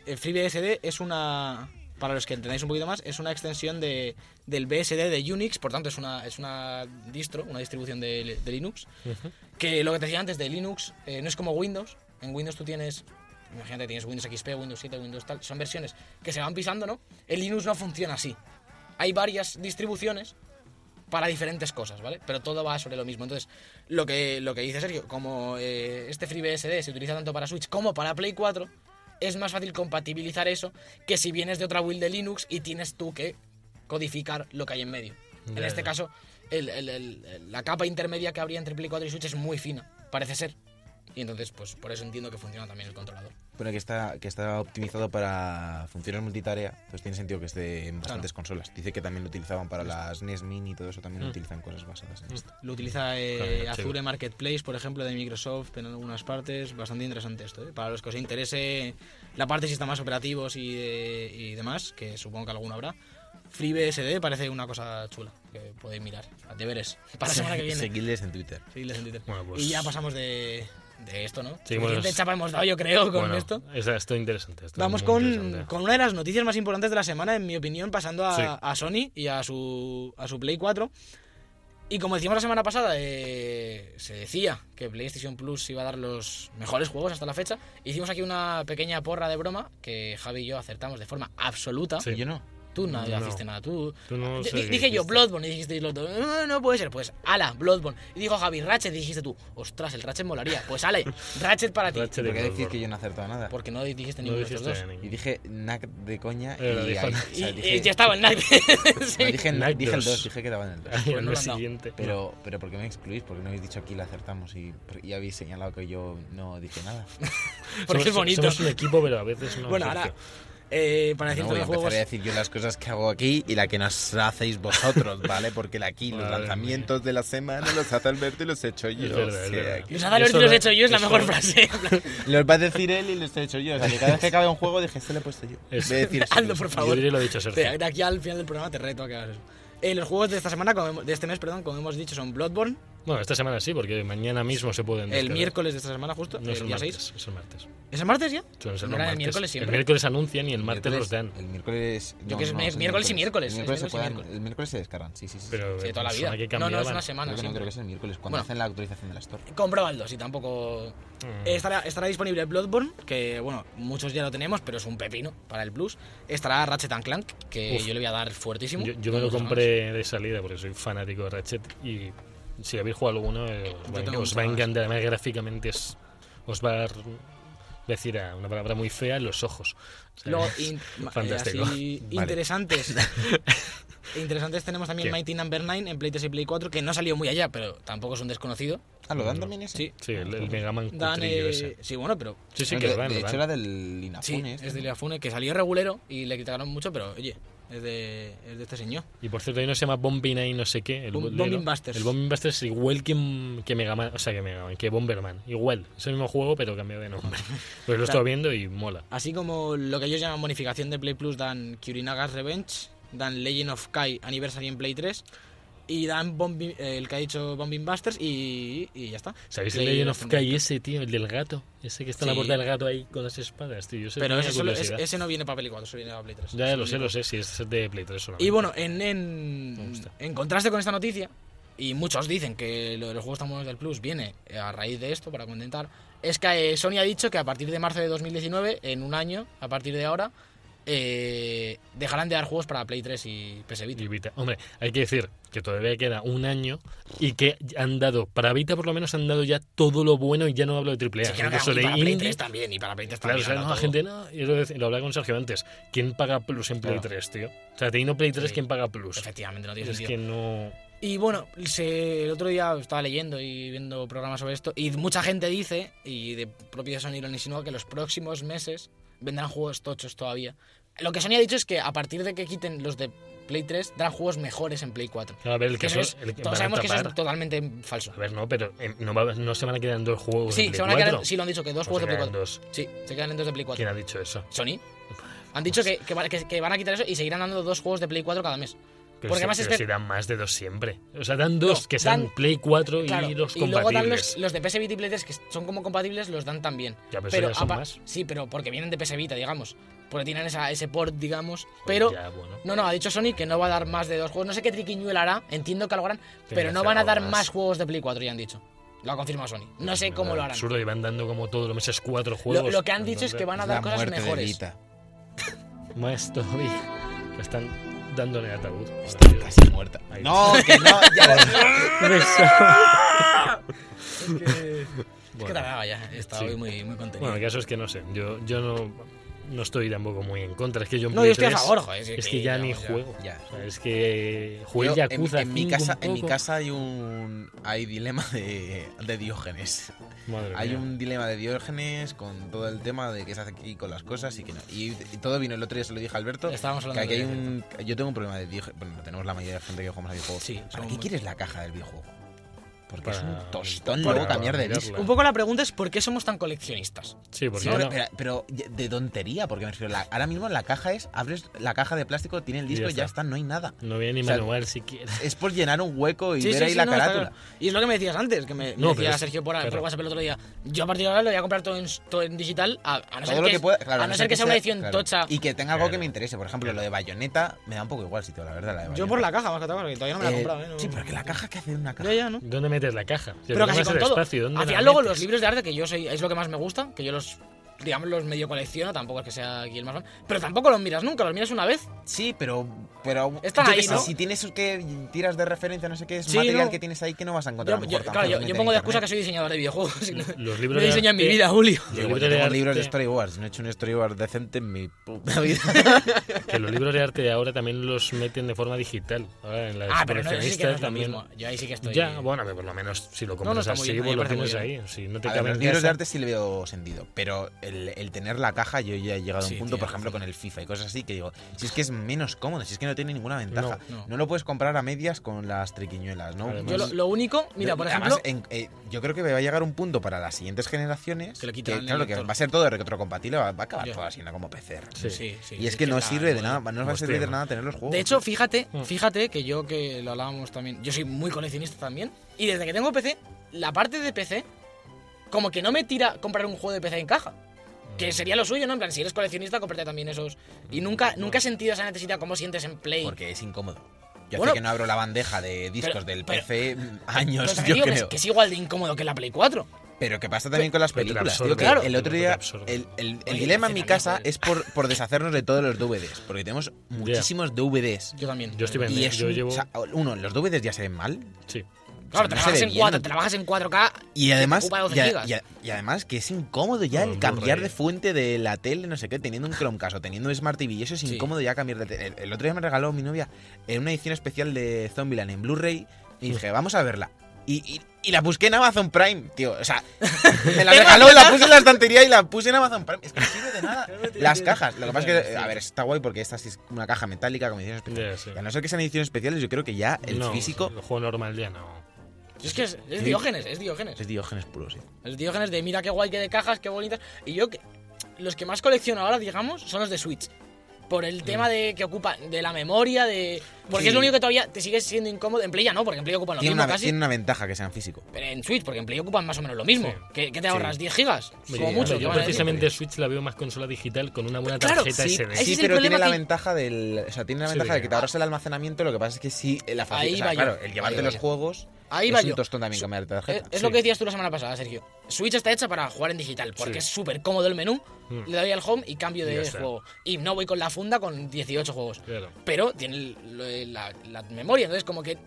el FreeBSD, es una. Para los que entendáis un poquito más, es una extensión de, del BSD de Unix, por tanto es una, es una distro, una distribución de, de Linux.
Ujú.
Que lo que te decía antes de Linux eh, no es como Windows. En Windows tú tienes, imagínate, tienes Windows XP, Windows 7, Windows tal. Son versiones que se van pisando, ¿no? El Linux no funciona así. Hay varias distribuciones para diferentes cosas, ¿vale? Pero todo va sobre lo mismo. Entonces, lo que, lo que dice Sergio, como eh, este FreeBSD se utiliza tanto para Switch como para Play 4, es más fácil compatibilizar eso que si vienes de otra build de Linux y tienes tú que codificar lo que hay en medio. en
Ya,
este
ya.
caso, el- el- el- el- la capa intermedia que habría entre Play 4 y Switch es muy fina, parece ser. Y entonces, pues por eso entiendo que funciona también el controlador.
Bueno, que está, que está optimizado para funciones multitarea, entonces tiene sentido que esté en bastantes consolas. Dice que también lo utilizaban para las NES Mini y todo eso, también
Mm.
utilizan cosas basadas en esto.
Lo utiliza eh,
Claro, chico.
Azure Marketplace, por ejemplo, de Microsoft en algunas partes. Bastante interesante esto. ¿eh? Para los que os interese la parte de sistemas operativos y, de- y demás, que supongo que alguno habrá. FreeBSD parece una cosa chula que podéis mirar. A deberes. Para la semana que viene.
Seguidles en Twitter.
Seguidles en Twitter.
Bueno, pues-
Y ya pasamos de, de esto, ¿no?
Seguimos-
Suficiente chapa hemos dado, yo creo, con
Bueno,
esto.
esa- esto es interesante. esto es
Vamos
muy
con,
interesante.
con una de las noticias más importantes de la semana, en mi opinión, pasando a,
Sí.
a Sony y a su, a su Play 4. Y como decíamos la semana pasada, eh, se decía que PlayStation Plus iba a dar los mejores juegos hasta la fecha. Hicimos aquí una pequeña porra de broma que Javi y yo acertamos de forma absoluta.
Sí.
Yo no.
Tú no,
No.
hiciste nada, tú...
Tú no
Di-
sé
di-
qué
dije yo,
dijiste.
Bloodborne, y dijisteis los dos, no, no puede ser, pues, ala, Bloodborne. Y dijo Javi, Ratchet, y dijiste tú, ostras, el Ratchet molaría. Pues, ale, Ratchet para ti.
Ratchet
¿Por qué
de
decís
Bloodborne.
que yo no he acertado nada?
Porque no dijiste
No
ninguno de los
dijiste
dos.
ningún-
Y dije Knack de coña
Eh, lo
y
dijo
ahí-
Knack.
o
Y,
sea,
y
dije-
ya estaba en Night.
no,
Sí.
dije,
Knack
dije el
2.
2, dije que daba en el 2.
Ay,
Pues
al
no lo
mes
han dado.
siguiente.
Pero, pero ¿por qué me excluís? Porque no habéis dicho aquí la acertamos y, y habéis señalado que yo no dije nada.
Porque es
Somos-
bonito.
Somos un equipo, pero a veces no.
bueno, ahora, eh, para decir
No,
todos
voy a empezar
los juegos...
a decir yo las cosas que hago aquí y la que nos hacéis vosotros, ¿vale? Porque aquí los
Madre
lanzamientos de la semana los hace Alberto y los he hecho yo.
Es verdad,
o
es
sea,
verdad.
que-
Los Adalberti
Eso
los
no-
he hecho yo, es la
eso
mejor
no-
frase. en plan,
Los va a decir él y los he hecho yo. O sea, que cada vez que cabe un juego dije, este lo he puesto yo.
Es-
Voy a decir,
Hazlo, por
Yo
favor.
diría lo dicho, Sergio.
Te- de aquí al final del programa te reto a que hagas eso. Eh, los juegos de esta semana, como hemos- de este mes, perdón, como hemos dicho, son Bloodborne,
Bueno, esta semana sí, porque mañana mismo se pueden.
el
descargar.
miércoles de esta semana justo,
No
el
es el
día
martes.
6.
Es el martes.
¿Es el martes ya?
Suelen ser
No
los
era el
martes.
miércoles siempre.
El miércoles anuncian y el martes los dan.
El miércoles.
Yo que es mi-
es el
miércoles y miércoles,
El
es
miércoles, se
miércoles y
puedan-
miércoles.
el miércoles se descargan, sí, sí. sí.
Pero
Sí, de toda la
persona
vida.
que
No, no,
cambiaban.
es una
Creo
semana.
que no,
siempre.
creo que es el miércoles, cuando
Bueno.
hacen la actualización de la Store.
Compruébalo, si tampoco.
Mm.
Estará, estará disponible Bloodborne, que bueno, muchos ya lo tenemos, pero es un pepino para el Plus. Estará Ratchet and Clank, que
Uf.
yo le voy a dar fuertísimo.
Yo, yo me lo
Todos los
compré de salida porque soy fanático de Ratchet y si habéis jugado alguno eh, os va,
tengo
os va a
muchas ganas.
encantar. Además, gráficamente es, os va a r- decir a una palabra muy fea los ojos. O sea,
Luego, in- ma- eh,
fantástico.
así
Vale.
interesantes. interesantes tenemos también
¿Qué?
Mighty Number 9 en Play 3 y Play 4, que no salió muy allá, pero tampoco es un desconocido.
Ah, ¿lo dan también ese?
Sí.
Sí, el, el Mega Man
Dan,
cutrillo
eh,
ese.
sí, bueno, pero.
Sí, sí,
No,
que
de,
lo dan, lo
de
dan.
hecho era del
Sí,
Inafune. este,
es de
¿no?
Leafune, que salió regulero y le criticaron mucho, pero oye, es de, es de este señor.
Y por cierto, ahí no se llama Bombing ahí no sé qué. El
Bom-
bootlegero.
Bombing Busters.
El Bombing Busters es igual que, mm, que Mega Man, o sea, que Mega Man, que Bomberman. Igual, es el mismo juego, pero cambiado de nombre. Pues lo he estado viendo y mola.
Así como lo que ellos llaman bonificación de Play Plus dan Kyurinaga's Revenge, dan Legend of Kai Anniversary en Play 3 y dan Bombi- eh, el que ha dicho Bombing Busters y, y ya está.
¿Sabéis
Play
el Legend of
3.
Kai ese, tío? El del gato. Ese que está en la
Sí.
puerta del gato ahí con las espadas, tío. Yo sé
Pero
tenía
ese, solo-
curiosidad.
ese- ese no viene para Play 4, solo viene para Play 3.
Ya, ya lo
Sí.
sé, lo sé, si es de Play 3 solamente.
Y bueno, en,
Me
en,
gusta.
en contraste con esta noticia, y muchos dicen que lo de los juegos tan buenos del Plus viene a raíz de esto, para contentar, es que eh, Sony ha dicho que a partir de marzo de 2019, en un año, a partir de ahora, eh, dejarán de dar juegos para Play 3 y PS Vita.
Y Vita. Hombre, hay que decir que todavía queda un año y que han dado, para Vita por lo menos han dado ya todo lo bueno y ya no hablo de AAA.
Sí, creo que
Incluso
y
de
para Play
indie,
3 también, y para Play 3
Claro, o
también.
sea, no,
ahora
la
todo.
gente no. Yo lo, dec- lo hablaba con Sergio antes. ¿Quién paga Plus en Play
Claro.
3, tío? O sea, teniendo Play 3,
Sí.
¿quién paga Plus?
Efectivamente, no tiene
Es
sentido.
que no.
Y bueno, se- el otro día estaba leyendo y viendo programas sobre esto y mucha gente dice, y de propio Sony lo insinúa, que los próximos meses vendrán juegos tochos todavía. Lo que Sony ha dicho es que a partir de que quiten los de Play 3, darán juegos mejores en Play 4.
A ver, el
Que
caso.
eso es-
el que van
todos
a
sabemos que eso
tapar-
es totalmente falso.
A ver, no, pero eh, no, va- no se van a quedar en dos juegos.
Sí,
en Play
se van a quedar,
4.
sí, lo han dicho, que dos
O se
juegos de Play
quedan
4.
dos.
Sí, se quedan en dos de Play 4.
¿Quién ha dicho eso?
Sony. Han dicho que, que va- que- que van a quitar eso y seguirán dando dos juegos de Play 4 cada mes.
Pero,
Porque
si,
además
pero
es que-
si dan más de dos siempre. O sea, dan dos
No,
que sean
dan-
Play 4
Claro,
y los
luego dan
compatibles.
los, los de PS Vita y Play 3, que son como compatibles, los dan también.
Ya, pero eso ya son
apa-
más.
Sí, pero porque vienen de PS Vita, digamos. Porque tienen esa- ese port, digamos. Pero.
Ya, bueno.
No, no, ha dicho Sony que no va a dar más de dos juegos. No sé qué triquiñuela hará, entiendo que lo harán, pero
que
no
hacer
van a
algo
dar
más.
más juegos de Play 4, ya han dicho. Lo ha confirmado Sony. No sé
Me
cómo
da
lo harán.
Absurdo, y van dando como todos los meses cuatro juegos.
Lo, lo que han dicho es que van a
Es la
dar cosas
muerte de
mejores.
Vita.
Más todavía. Lo están dando en el ataúd.
Está casi muerta.
Ahí
No, que no, ya la-
Es que tardaba ya, eh, estaba
Sí.
hoy muy, muy contento.
Bueno, el caso es que no sé. Yo, yo no, no estoy tampoco muy en contra. Es que yo en
no,
Play
yo estoy a
3,
favor, joder. sí,
Es que ya ni
vamos,
juego.
ya.
O sea, es que jugué
Yo,
el Yakuza
en, en mi
5
casa,
un
en mi
poco.
casa hay un hay dilema de, de Diógenes.
Madre
Hay
mía.
un dilema de Diógenes con todo el tema de qué se hace aquí con las cosas y que no. Y, y todo vino el otro día, se lo dije a Alberto.
Estábamos
que
hablando
aquí
de
hay un, yo tengo un problema de Diógenes. Bueno, lo tenemos la mayoría de gente que jugamos a videojuegos.
Sí,
¿Para
somos
qué
muy-
quieres la caja del videojuego? Porque
Para-
es un tostón
para
luego cambiar de disco.
mirarla.
Un poco la pregunta es por qué somos tan coleccionistas.
Sí, porque
No,
ya
pero,
no-
pero- pero ya- de tontería, porque me refiero, la- ahora mismo la caja es, abres la caja de plástico, tiene el
Y ya
disco, ya está,
está.
no hay nada.
no viene ni
o sea,
manual siquiera.
Es por llenar un hueco y
Sí,
ver
sí,
ahí
sí,
la
no, está
carátula.
claro. Y es lo que me decías antes, que me, me
No, pero
decía
es-
Sergio por, por
claro.
WhatsApp el otro día. Yo a partir de ahora lo voy a comprar todo en, todo en digital, a, a no ser
Todo lo
que,
que
es-
pueda- claro,
a no ser que sea una edición
claro.
tocha.
Y que tenga algo que
Claro.
me interese. Por ejemplo, lo de Bayonetta me da un poco igual, si te digo la verdad. La de
Yo
Bayonetta.
por la caja, más que todo, porque todavía no me la he
Eh,
comprado. ¿eh? No-
Sí, pero que la caja, ¿qué hace en una caja?
Ya, ya, ¿no?
¿Dónde metes la caja? Si el
pero
problema
casi
es
con
el
todo.
espacio, ¿dónde
Al
la
final, luego
metes?
los libros de arte, que yo soy, es lo que más me gusta, que yo los, digamos, los medio colecciono, tampoco es que sea aquí el más fan, pero tampoco los miras nunca, los miras una vez.
Sí, pero. pero
Están
yo
ahí,
qué sé,
¿no?
Si tienes que tiras de referencia, no sé qué, es
Sí,
material
no.
que tienes ahí que no vas a
Yo-
encontrar. a lo
yo-
mejor tan
claro, yo,
fácilmente
yo
en
pongo de excusa que
internet.
soy diseñador de videojuegos. no-
Los
no
libros
he
de
diseñado en mi
arte-
vida, Julio.
Los
Yo igual,
libros
yo
de
tengo
arte-
libros de storyboards. No he hecho un storyboard decente en mi puta vida.
Que los libros de arte ahora también los meten de forma digital. Ahora en las
Ah, pero no, sí que no
coleccionistas
es lo
también.
mismo. Yo ahí sí que estoy.
Ya, bueno, pero por lo menos si lo compras
está muy
así,
bien,
pues
me
lo
parece muy
tienes ahí. Si no te
A ver,
caben
los
en
libros de
casa.
arte sí le veo sentido, pero el, el tener la caja, yo ya he llegado a
Sí,
un punto,
tío,
por ejemplo, con el FIFA y cosas así, que digo, si es que es menos cómodo, si es que no tiene ninguna ventaja.
No,
No,
no.
lo puedes comprar a medias con las triquiñuelas, ¿no?
Además-
Yo lo, lo único, mira, por
Además,
ejemplo,
en- eh, yo creo que va a llegar un punto para las siguientes generaciones
Que le quitarán el
claro, que
lector.
va a ser todo retrocompatible, va, va a acabar
Ya.
todo así, ¿no? Como PCR.
Sí.
y es, que, no
está
sirve de
muy-
nada, no nos va a
Hostia,
servir de
no.
nada tener los juegos.
De hecho, fíjate,
Mm.
fíjate que yo que lo hablábamos también, yo soy muy coleccionista también, y desde que tengo PC, la parte de PC, como que no me tira comprar un juego de PC en caja.
Mm.
Que sería lo suyo, ¿no? En plan, si eres coleccionista, cómprate también esos. Y nunca, nunca he sentido esa necesidad como sientes en Play.
Mm, porque es incómodo. Yo
Bueno,
hace que no abro la bandeja de discos
pero-
del
pero-
PC
Pero
años,
también
yo
digo que es-
creo.
que es igual de incómodo que la Play 4.
Pero que pasa también con las
Pero te
películas,
absorbe,
tío, que
claro.
el otro
Pero te
día,
absorbe.
el, el- el
Oye,
dilema en mi
escena,
casa
joder.
es por, por deshacernos de todos los DVDs, porque tenemos muchísimos DVDs.
Yo también.
Yo estoy vendiendo.
Y es
Yo
un-
llevo-
o sea, uno, los DVDs ya se ven mal.
Sí.
Claro,
no se
trabajas
ve
en
bien,
4,
¿no?
trabajas en 4K.
Y además,
ocupa 12
y, a-
gigas.
y a- y además que es incómodo ya
No,
el
un
cambiar
Blu-ray.
de fuente de la tele, no sé qué, teniendo un Chromecast o teniendo un Smart TV. Y eso es
Sí.
incómodo ya cambiar de tele. El, el otro día me regaló mi novia eh, una edición especial de Zombieland en Blu-ray y dije, vamos a verla. Y, y- y la busqué en Amazon Prime, tío. O sea, me la regaló, la puse en la estantería y la puse en Amazon Prime. Es que no sirve de nada. Las cajas. Lo que pasa es que, eh, a ver, está guay porque esta sí es una caja metálica con ediciones especiales.
Ya, sí.
Y A no ser que sean ediciones especiales, yo creo que ya el
No,
físico
El juego normal ya no.
Es que es, es Diógenes, es Diógenes.
es diógenes puro, sí.
Los Diógenes de mira qué guay, qué de cajas, qué bonitas. Y yo, que- los que más colecciono ahora, digamos, son los de Switch. Por el tema de que ocupa de la memoria, de. Porque
Mm. Sí.
es lo único que todavía te sigue siendo incómodo. En Play ya no, porque en Play ocupan lo
Tiene
mismo
una,
casi.
tiene una ventaja que sean físico.
Pero en Switch, porque en Play ocupan más o menos lo mismo.
Sí.
¿Qué, qué te ahorras? ¿10 gigas?
Sí,
Como mucho.
Yo,
claro, yo
yo voy a decir.
precisamente Switch la veo más consola digital con una buena
Claro,
tarjeta
sí,
SD.
Ese
Sí,
es el
pero tiene
problema
la
que-
ventaja del. O sea, tiene la
Sí,
ventaja de que te
ah.
ahorras el almacenamiento. Lo que pasa es que sí, eh, la
Ahí
facilidad.
va yo.
claro, el llevarte
Ahí va
los
yo.
juegos
Ahí
es
va
un
yo.
tostón también cambiar de
Eh,
tarjeta.
Es lo
Sí.
que decías tú la semana pasada, Sergio. Switch está hecha para jugar en digital, porque
Sí.
es súper cómodo el menú.
Mm.
Le doy al home y cambio
Y ya
de
está.
juego. Y no voy con la funda con 18 juegos.
Claro.
pero tiene el- lo de la, la memoria. Entonces, como que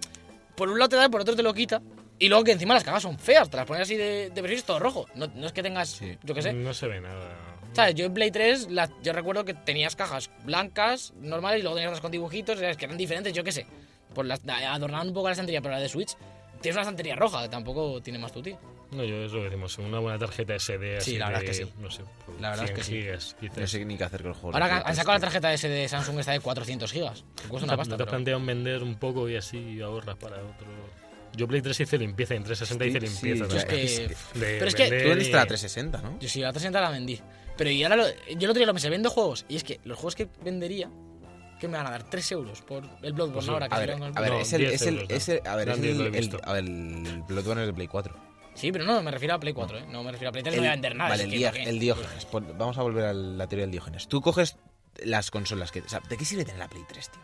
por un lado te da, por otro te lo quita. Y luego que encima las cajas son feas, te las pones así de, de perfil, es todo rojo. No, no es que tengas,
Sí.
yo qué sé.
No se ve nada.
¿Sabes? Yo en Play 3, la- yo recuerdo que tenías cajas blancas, normales, y luego tenías otras con dibujitos, ¿sabes? que eran diferentes, yo qué sé. Por las, adornaban un poco la estantería, pero la de Switch tienes una estantería roja, tampoco tiene más tuti.
No, yo es lo que decimos. Una buena tarjeta SD.
Sí,
así
la verdad
de,
es que sí.
No sé. pues,
La verdad es
100
que sí.
gigas, quizás.
No sé ni qué hacer con el juego.
Ahora han sacado la tarjeta S de Samsung, esta de 400 gigas. que Cuesta
¿No
una
te-
pasta.
¿No te
pero-
plantean vender un poco y así ahorras para otro? Yo Play 3 hice limpieza, y en 360 hice
Sí, sí,
limpieza.
yo es
también.
que-
De
pero es que-
vender
Tú vendiste la
y-
360, ¿no?
Yo sí, la 360 la vendí. Pero y ahora lo- yo el otro día lo pensé, vendo juegos. Y es que los juegos que vendería, que me van a dar 3 euros por el Bloodborne
Pues sí.
ahora que
A ver,
salieron con el-
a ver,
No,
es el.
10
Es el,
euros,
es el- a ver,
no.
es
Grande, lo he
el, el-
visto.
a ver, el Bloodborne es de Play 4.
Sí, pero no, me refiero a Play 4, ¿eh? No me refiero a Play 3, no voy a vender nada.
Vale,
es
el,
que,
dia-
¿para qué? Pues
el Diógenes. Pon- Vamos a volver a la teoría del Diógenes. Tú coges las consolas que. O sea, ¿de qué sirve tener la Play 3, tío?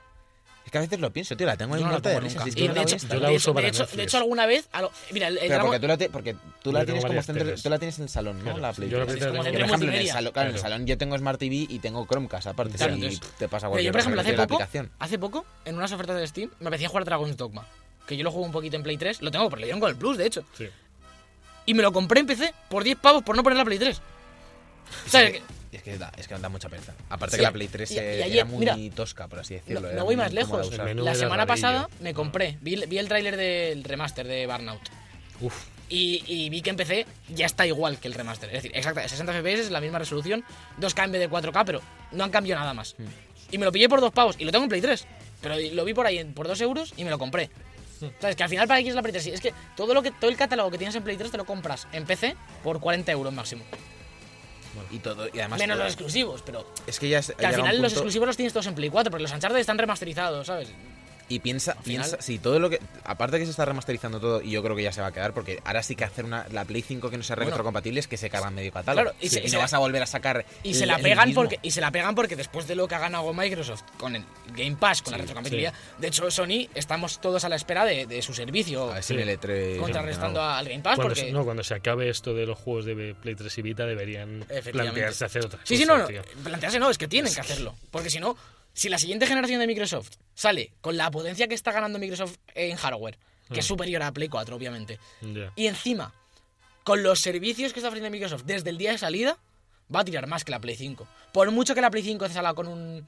Es que a veces lo pienso, tío, la tengo
Yo
en
no la
muerta de
pongo
risa.
nunca.
si es que
Y
no
de
la
hecho-
voy a
yo
estar.
la
de
uso
hecho-
para
de hecho, de
Netflix.
hecho, alguna vez. a lo- mira, el, el
Pero
Dragon-
porque tú la, te- porque tú la
Yo tengo
tienes como
varias
centro,
teles.
tú la tienes en el salón, ¿no?
Claro.
La Play
Yo la
3.
Play tengo-
Que, por ejemplo, en el,
multimedia.
salón, claro, en el
Claro.
salón yo tengo Smart TV y tengo Chromecast aparte.
Claro,
si
entonces-
te pasa
Mira,
cualquier
yo, por
cosa
ejemplo,
que
hace
tiene la
poco,
aplicación.
hace poco, en unas ofertas de Steam, me apetecía jugar a Dragon's Dogma. Que yo lo juego un poquito en Play 3, lo tengo, pero lo dieron con el Plus, de hecho.
Sí.
Y me lo compré en PC por 10 pavos por no poner la Play 3. ¿Sabes?
Es que- Es que, da, es que da mucha pereza. Aparte
Sí.
que la Play 3
Y-
se-
y ayer,
era muy
mira,
tosca, por así
No,
decirlo.
no
era
voy
muy
más
incómoda
lejos.
de usar.
El menú
La
era
semana
rarillo.
pasada me compré, vi, vi el tráiler del remaster de Burnout.
Uf,
Y, y vi que en PC ya está igual que el remaster. Es decir, exacta, 60 FPS, la misma resolución, 2K en vez de 4K, pero no han cambiado nada
Hmm.
más. Y me lo pillé por dos pavos y lo tengo en Play 3. Pero lo vi por ahí en- por 2 euros y me lo compré.
Hmm.
¿Sabes? Que al final para qué quieres la Play 3. Sí, es que todo, lo que todo el catálogo que tienes en Play 3 te lo compras en PC por 40 euros máximo.
Y todo, y además.
Menos
todo-
los exclusivos, pero
Es que ya es-
que
llega
al
un
final los
punto-
exclusivos los tienes todos en Play 4 porque los Uncharted están remasterizados, ¿sabes?
Y piensa,
final-
piensa, sí, todo lo que. Aparte que se está remasterizando todo, y yo creo que ya se va a quedar, porque ahora sí que hacer una, la Play 5 que no sea
Bueno.
retrocompatible es que se carga medio catálogo.
Claro, y
y,
se- y se
no
la-
vas a volver a sacar.
Y
el-
se la
el
pegan
mismo.
porque y se la pegan porque después de lo que ha ganado Microsoft con el Game Pass, con la retrocompatibilidad, de hecho Sony estamos todos a la espera de, de su servicio
A ver si en el E3
contrarrestando
dicen
al Game Pass
Cuando
porque
se, no, cuando se acabe esto de los juegos de Play 3 y Vita deberían
Efectivamente.
plantearse hacer otra
Sí, sí,
cosa,
no, no,
tío.
plantearse no, es que tienen que hacerlo, porque si no si la siguiente generación de Microsoft sale con la potencia que está ganando Microsoft en hardware, que es superior a Play 4 obviamente,
Ya.
y encima con los servicios que está ofreciendo Microsoft desde el día de salida va a tirar más que la Play 5. Por mucho que la Play 5 salga con un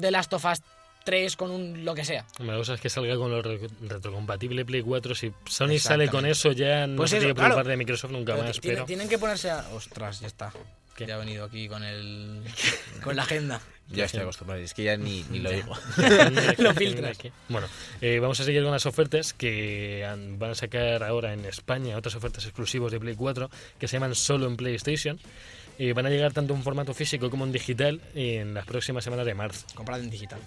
The Last of Us 3 con un lo que sea.
Hombre, La cosa es que salga con lo re- retrocompatible Play 4. Si Sony sale con eso, ya no
Pues
se
eso,
tiene que preocupar
claro.
de Microsoft nunca
Pero
más.
tienen,
Pero
tienen que ponerse a. Ostras, ya está.
¿Qué?
Ya ha venido aquí con el. con la agenda.
algo. Ya estoy acostumbrado, es que ya ni, ni lo digo.
Lo filtras.
Bueno, eh, vamos a seguir con las ofertas que han- van a sacar ahora en España otras ofertas exclusivas de Play 4 que se llaman solo en PlayStation. Eh, van a llegar tanto en formato físico como en digital en las próximas semanas de marzo.
Comprad en digital.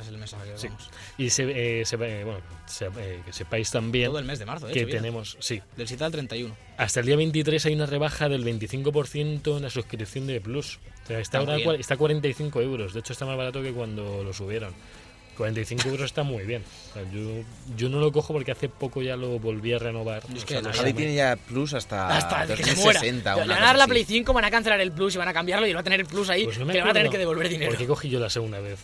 Es el mensaje que damos.
Y se, eh, se- eh, bueno, se- eh, que sepáis también
Todo el mes de marzo, de
que
hecho, bien.
tenemos, sí,
Del 7 al 31.
hasta el día 23 hay una rebaja del 25% en la suscripción de Plus. O sea, está,
Está muy
ahora
bien.
cua- está a 45 euros. De hecho, está más barato que cuando lo subieron. 45 euros está muy bien. O sea, yo, yo no lo cojo porque hace poco ya lo volví a renovar.
Yo es
O
que
sea, lo
la Navidad
Javi
llamé.
tiene ya Plus hasta,
Hasta que se muera.
2060
Le
o
van
Ah, una
a
cosa
dar la
así.
Play 5, van a cancelar el Plus y van a cambiarlo y lo va a tener el Plus ahí.
Pues no me
que le van a tener
acuerdo
que devolver dinero.
¿Por qué cogí yo la segunda vez?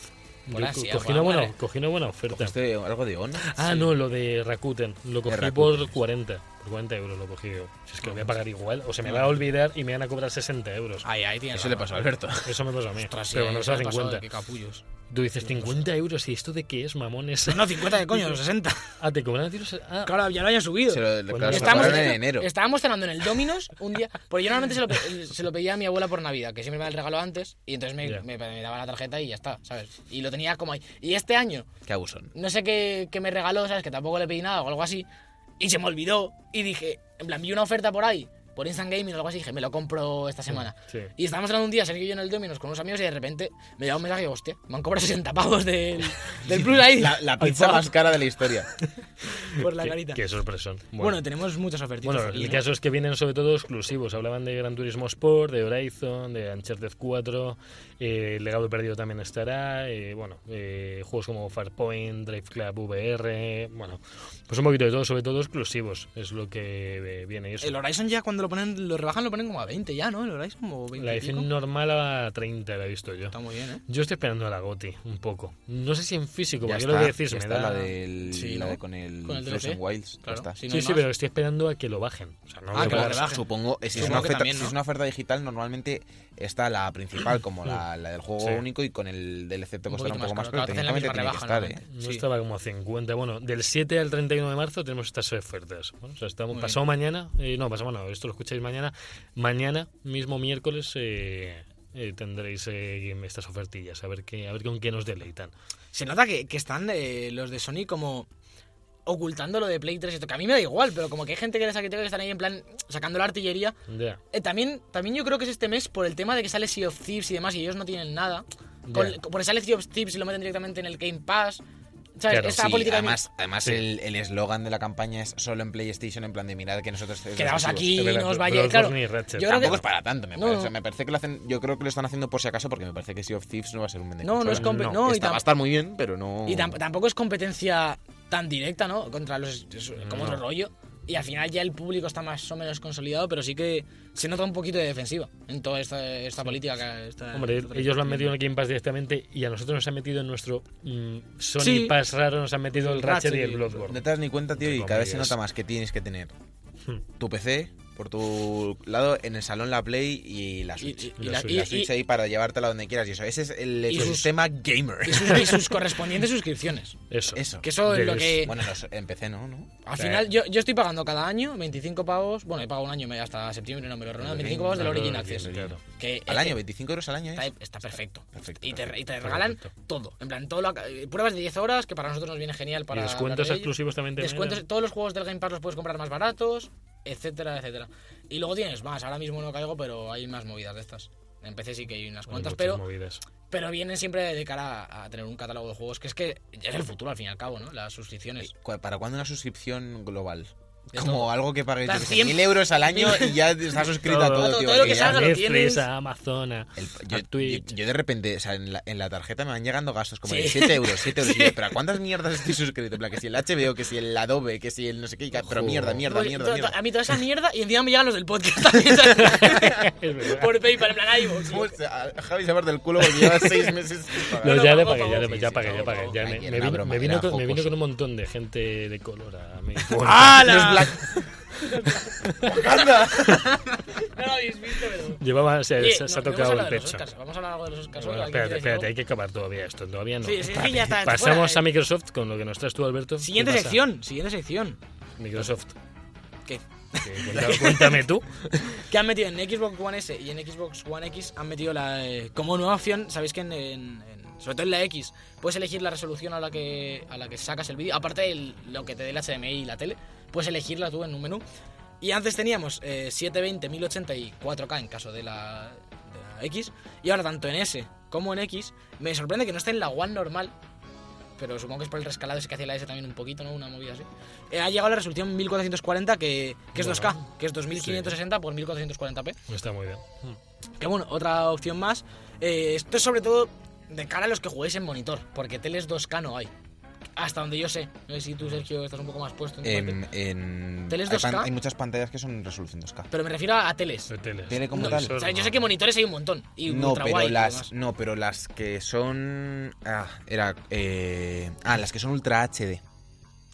Yo
Por
co-
ansia,
cogí,
por
una buena,
hambre.
cogí una buena oferta.
¿Cogiste algo de ON?
Ah, no, lo de Rakuten. Lo cogí
Rakuten,
por
sí.
40. Por 40 euros lo cogí yo. Si es que lo voy a pagar igual, o se me va a olvidar y me van a cobrar 60 euros.
Ahí, ahí tienes.
Eso le pasó a Alberto.
Eso me pasa a mí.
Ostras, sí,
pero
ahí
cuando
se
estaba
le pasó,
50.
Qué capullos.
Tú dices 50 euros y esto de qué es, mamones.
No, 50 de coño, los 60.
Ah, te cobran a tiros. Ah,
Claro, ya lo hayan subido.
Se lo, claro, se lo
Estábamos,
pagaron en enero.
estábamos cenando en el Dominos un día. Porque yo normalmente se lo, pe- eh, se lo pedía a mi abuela por Navidad, que siempre me da el regalo antes. Y entonces me,
Ya.
me- me daba la tarjeta y ya está, ¿sabes? Y lo tenía como ahí. Y este año,
Qué abusón.
no sé qué, qué me regaló, ¿sabes? Que tampoco le pedí nada o algo así. Y se me olvidó. Y dije, en plan, vi una oferta por ahí, por Instant Gaming o algo así. Dije, me lo compro esta semana.
Sí.
Y estábamos hablando un día, Sergio y yo en el Dominos con unos amigos. Y de repente me llegó un mensaje, hostia, me han cobrado 60 pavos del, del Plus ahí.
La, la pizza
Ay,
más cara de la historia.
Por la
qué-
carita.
Qué sorpresón.
Bueno, tenemos muchas ofertitas.
Bueno,
aquí, ¿eh?
el
¿no?
caso es que vienen sobre todo exclusivos. Hablaban de Gran Turismo Sport, de Horizon, de Uncharted 4, eh, El Legado Perdido también estará, eh, bueno, eh, juegos como Farpoint, Drive Club VR, bueno, pues un poquito de todo, sobre todo exclusivos, es lo que eh, viene. Y eso.
El Horizon ya cuando lo ponen, lo rebajan, lo ponen como a 20 ya, ¿no? El Horizon o 20
La
y pico.
edición normal a 30 la he visto yo.
Está muy bien, ¿eh?
Yo estoy esperando a la GOTI, un poco. No sé si en físico,
Ya
porque
está,
lo que decís
ya
me
está
da...
la, del,
Sí,
la
¿no?
de con el,
Con el DLC.
Frozen Wilds. ya
Claro.
está.
Si no
Sí,
hay
sí,
más.
pero estoy esperando a que lo bajen. O sea, no
Ah,
me
que lo
va a-
Supongo-
rebajen.
Supongo, es, que es
Supongo
una
que
oferta,
también,
si
¿no?
es una oferta digital, normalmente está la principal como la, la del juego
Sí.
único y con el DLC te costará
Mm. Un
un
poquito
poco
más
más,
caro,
pero
te hacen la
técnicamente
misma
tiene que
rebaja,
estar, ¿eh?
normalmente.
No
Sí.
estaba como a 50. Bueno, del 7 al 31 de marzo tenemos estas ofertas. Bueno, o sea, estamos,
Muy
pasado mañana, eh, no, pasado mañana, esto lo escucháis mañana. Mañana, mismo miércoles, eh, eh, tendréis eh, estas ofertillas, a ver, qué, a ver con qué nos deleitan.
Se nota que, que están eh, los de Sony como ocultando lo de Play 3 y esto, que a mí me da igual, pero como que hay gente que les ha criticado que están ahí en plan sacando la artillería.
Ya.
Eh, también, también yo creo que es este mes por el tema de que sale Sea of Thieves y demás y ellos no tienen nada. Con-
Ya.
porque sale Sea of Thieves y lo meten directamente en el Game Pass. ¿Sabes?
Claro,
Esa
Sí,
política de-
además, además
Sí.
el el eslogan de la campaña es solo en PlayStation, en plan de mirad que nosotros...
Quedaos aquí,
Es verdad,
no os
Bro-
vayáis.
Bros.
Claro,
Warner y Ratchet.
yo creo
Tampoco
que-
es para tanto, me
No,
parece.
no.
Me parece que lo hacen. Yo creo que lo están haciendo por si acaso, porque me parece que Sea of Thieves no va a ser un vende
No, no es
consolas.
compe-
No,
no, y
Está-
tam-
va a estar muy bien, pero no.
Y tam- tampoco es competencia tan directa, ¿no? Contra los. es como otro
No.
rollo. Y al final ya el público está más o menos consolidado, pero sí que se nota un poquito de defensiva en toda esta, esta política. Que está,
Hombre, ellos lo han metido en el Game Pass directamente y a nosotros nos han metido en nuestro mm, Sony
Sí.
Pass raro, nos han metido el Ratchet,
Ratchet
y
y-
el
No
Bloodborne.
te das ni cuenta, tío, y cada vez se
comillas.
nota más que tienes que tener tu PC, por tu lado en el salón la Play y la Switch.
Y-
Y,
y-
y
la,
la-
Switch,
y-
la Switch
y-
ahí para llevártela donde quieras y eso. Ese es el
Y sus-
ecosistema gamer.
Y sus, y sus correspondientes suscripciones.
Eso.
Eso.
Que eso es Eh, lo que.
Bueno, los- empecé, ¿no? ¿No?
Al
O sea,
final, yo, yo estoy pagando cada año 25 pavos. Bueno, he pagado un año y medio hasta septiembre, no me lo renuevan. 25 pavos del
Claro,
Origin
claro,
Access.
claro.
Que
Al
eh,
año, 25 euros al año.
Está,
¿eh?
está perfecto.
perfecto,
y, te,
perfecto,
y te regalan
perfecto.
todo. En plan, todo lo que- eh, pruebas de 10 horas, que para nosotros nos viene genial para.
y descuentos
hablar de ello.
exclusivos también te
Descuentos,
vienen.
todos los juegos del Game Pass los puedes comprar más baratos, etcétera, etcétera. Y luego tienes más, ahora mismo no caigo, pero hay más movidas de estas. En PC sí que hay unas
Hay
cuantas,
muchas
pero,
pues movidas.
pero vienen siempre de cara a, a tener un catálogo de juegos, que es que es el futuro al fin y al cabo, ¿no? Las suscripciones.
¿Cu- ¿Para cuándo una suscripción global?
De
Como
todo.
algo que pagues
Las
yo qué sé,
100
mil euros al año y ya estás suscrito a
Todo.
todo,
Todo-
tío.
todo lo
que
que
ya-
salga, lo tienes.
Netflix, a Amazon, a,
El-
a
yo,
Twitch.
yo- yo de repente, o sea, en la, en la tarjeta me van llegando gastos como
Sí.
de 7 euros, 7 euros. Y yo, pero ¿a cuántas mierdas estoy suscrito? En plan, que si el HBO, que si el Adobe, que si el no sé qué, y ca- pero
Joder.
mierda, mierda,
Porque
mierda,
Pues, to- to-
mierda.
A mí toda esa mierda y encima me llegan los del podcast también, ¿sabes?
Es verdad.
por PayPal, en plan iVoox.
¿Cómo se- a- a Javi se parte el culo porque lleva 6 meses. sin pagar?
No,
No,
ya
no,
le
no,
pagué,
no,
ya
no,
le
sí,
ya
sí,
pagué,
no,
ya pagué.
no,
ya me,
ayer
me
era
vino,
broma,
me vino
era
con, me vino
jocoso.
con un montón de gente de color a mí.
Los
¡Hala!
Black- ¡Wakanda!
No lo habéis visto, pero.
Llevaba, se,
Oye,
se-
no-
se ha
no hemos
tocado
hablado
el
de los
pecho.
Oscars, Vamos a hablar algo de los Oscars.
Bueno,
¿o alguien
espérate,
quiere decir
espérate, hay
algo?
que acabar todavía esto, todavía no.
Sí, sí, es que ya está.
Pasamos
fuera,
a
eh.
Microsoft con lo que nos traes tú, Alberto. ¿Qué
Siguiente
pasa?
sección, siguiente sección.
Microsoft.
¿Qué?
que cuenta- Cuéntame tú.
Que han metido en Xbox One S y en Xbox One X han metido la eh, como nueva opción, sabéis que en, en- en- sobre todo en la X puedes elegir la resolución a la que a la que sacas el vídeo, aparte de lo que te dé el HDMI y la tele, puedes elegirla tú en un menú. Y antes teníamos eh, 720, 1080 y 4K en caso de la, de la X y ahora tanto en S como en X me sorprende que no esté en la One normal. Pero supongo que es por el rescalado ese que hace la S también un poquito, ¿no? Una movida así. Eh, ha llegado la resolución 1440, que, que es
Bueno.
2K, que es 2560 por 1440p.
Está muy bien.
Que bueno, otra opción más. Eh, esto es sobre todo de cara a los que juguéis en monitor, porque teles 2K no hay. Hasta donde yo sé. No sé si tú, Sergio, estás un poco más puesto. En tu parte.
En, en-
¿Teles
hay,
2K?
pan- hay muchas pantallas que son resolución 2K.
Pero me refiero a, a teles.
De teles.
Tele como
No,
tal.
O sea, yo sé que monitores hay un montón. Y
No,
ultra
pero
wide y
las
demás.
no, pero las que son ah, era eh, ah, las que son ultra HD.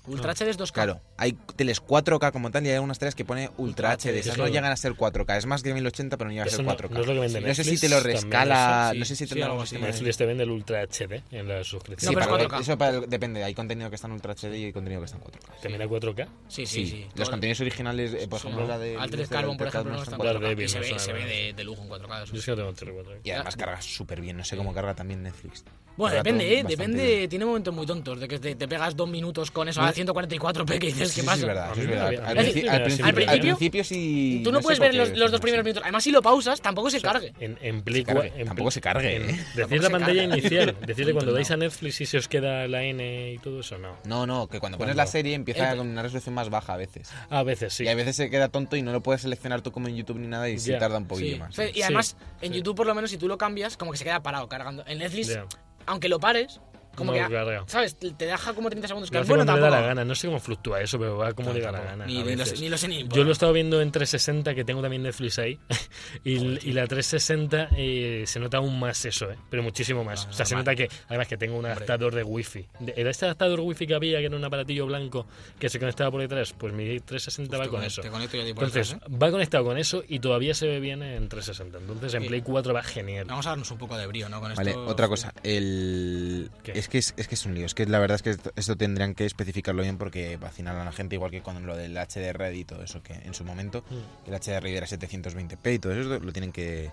Ultra HD es 2K.
Claro, hay teles 4K como tal y hay unas teles que pone ultra
Ultra
HD. Esas
HD.
no llegan a ser 4K, es más que 1080, pero no llega a
Eso
ser
no,
4K.
no es lo que vende
No sé si
Netflix,
te lo
también
rescala,
eso, sí.
no sé si te
Sí,
lo
algo así.
Netflix te vende este el Ultra HD en la suscripción.
Sí,
No, pero
para
es
lo que-
4K.
eso para el- depende, hay contenido que está en ultra HD y hay contenido que está en 4K.
También a 4K.
Sí, sí, sí.
Los
Todo-
contenidos originales, eh, por
Sí,
ejemplo,
¿no?
la de
Altered
Luz de
Carbon, por
Libertad
ejemplo, no
no
está
está
en
en
4K.
4K. Y se
Daredevil,
ve,
no
se ve
suena
de, de lujo en 4K. eso
Yo es
sí.
que no tengo tele 4K.
Y además carga súper bien, no sé cómo carga también Netflix.
Bueno,
Carga todo
depende, ¿eh?
bastante
Depende.
bien.
Tiene momentos muy tontos de que te, te pegas dos minutos con eso a 144p que dices,
Sí,
¿qué
sí,
pasa?
es verdad,
A
sí,
mí
es
me
verdad.
había-
Al
a
mí-
principio-
al
al principio-
principio-
al principio sí.
Tú no,
sé
puedes
por
ver
qué
los, los
funciona
dos primeros
así.
minutos. Además, si lo pausas, tampoco se cargue.
En, en Play
Se cargue,
cua- en
tampoco
Pll-
se cargue,
en-
¿eh?
Decir
se
la pantalla
cargue.
inicial. Decirle cuando
No.
dais a Netflix si se os queda la N y todo eso, no.
No, no, que cuando
Cuando-
pones la serie empieza con una resolución más baja a veces.
A veces sí.
Y a veces se queda tonto y no lo puedes seleccionar tú como en YouTube ni nada y se
Ya.
tarda un
Sí.
poquillo más.
O sea,
Sí,
Y además, en
sí.
YouTube, por lo menos, si tú lo cambias, como que se queda parado cargando. En Netflix,
Ya.
aunque lo pares, como
No
que.
lo carga.
¿Sabes? Te te deja como 30 segundos.
Lo
cargar.
hace cuando le da la
tampoco.
gana. No sé cómo fluctúa eso, pero va como
No,
le da la
tampoco.
gana.
Ni,
a
ni lo
veces.
sé, ni lo sé ni.
Yo lo he estado viendo en 360, que tengo también Netflix ahí. Y, y la 360 eh, se nota aún más eso, ¿eh? pero muchísimo más.
Ah,
o sea, se nota
normal.
que, además, que tengo un adaptador de wifi. De- Era este adaptador wifi que había, que era un aparatillo blanco que se conectaba por detrás. Pues mi 360 va con eso.
Te conecto yo a ti por
Entonces,
detrás, ¿eh?
va conectado con eso y todavía se ve bien en 360. Entonces, en
Sí.
Play 4 va genial.
Vamos a darnos un poco de brío, ¿no? Con esto.
Vale, otra cosa. El...
¿Qué?
Es, que es, es que es un lío. Es que la verdad es que esto, esto tendrían que especificarlo bien porque vacinan a la gente, igual que con lo del HDR y todo eso, que en su momento
Mm.
el HDR era 720p y todo eso, lo tienen que...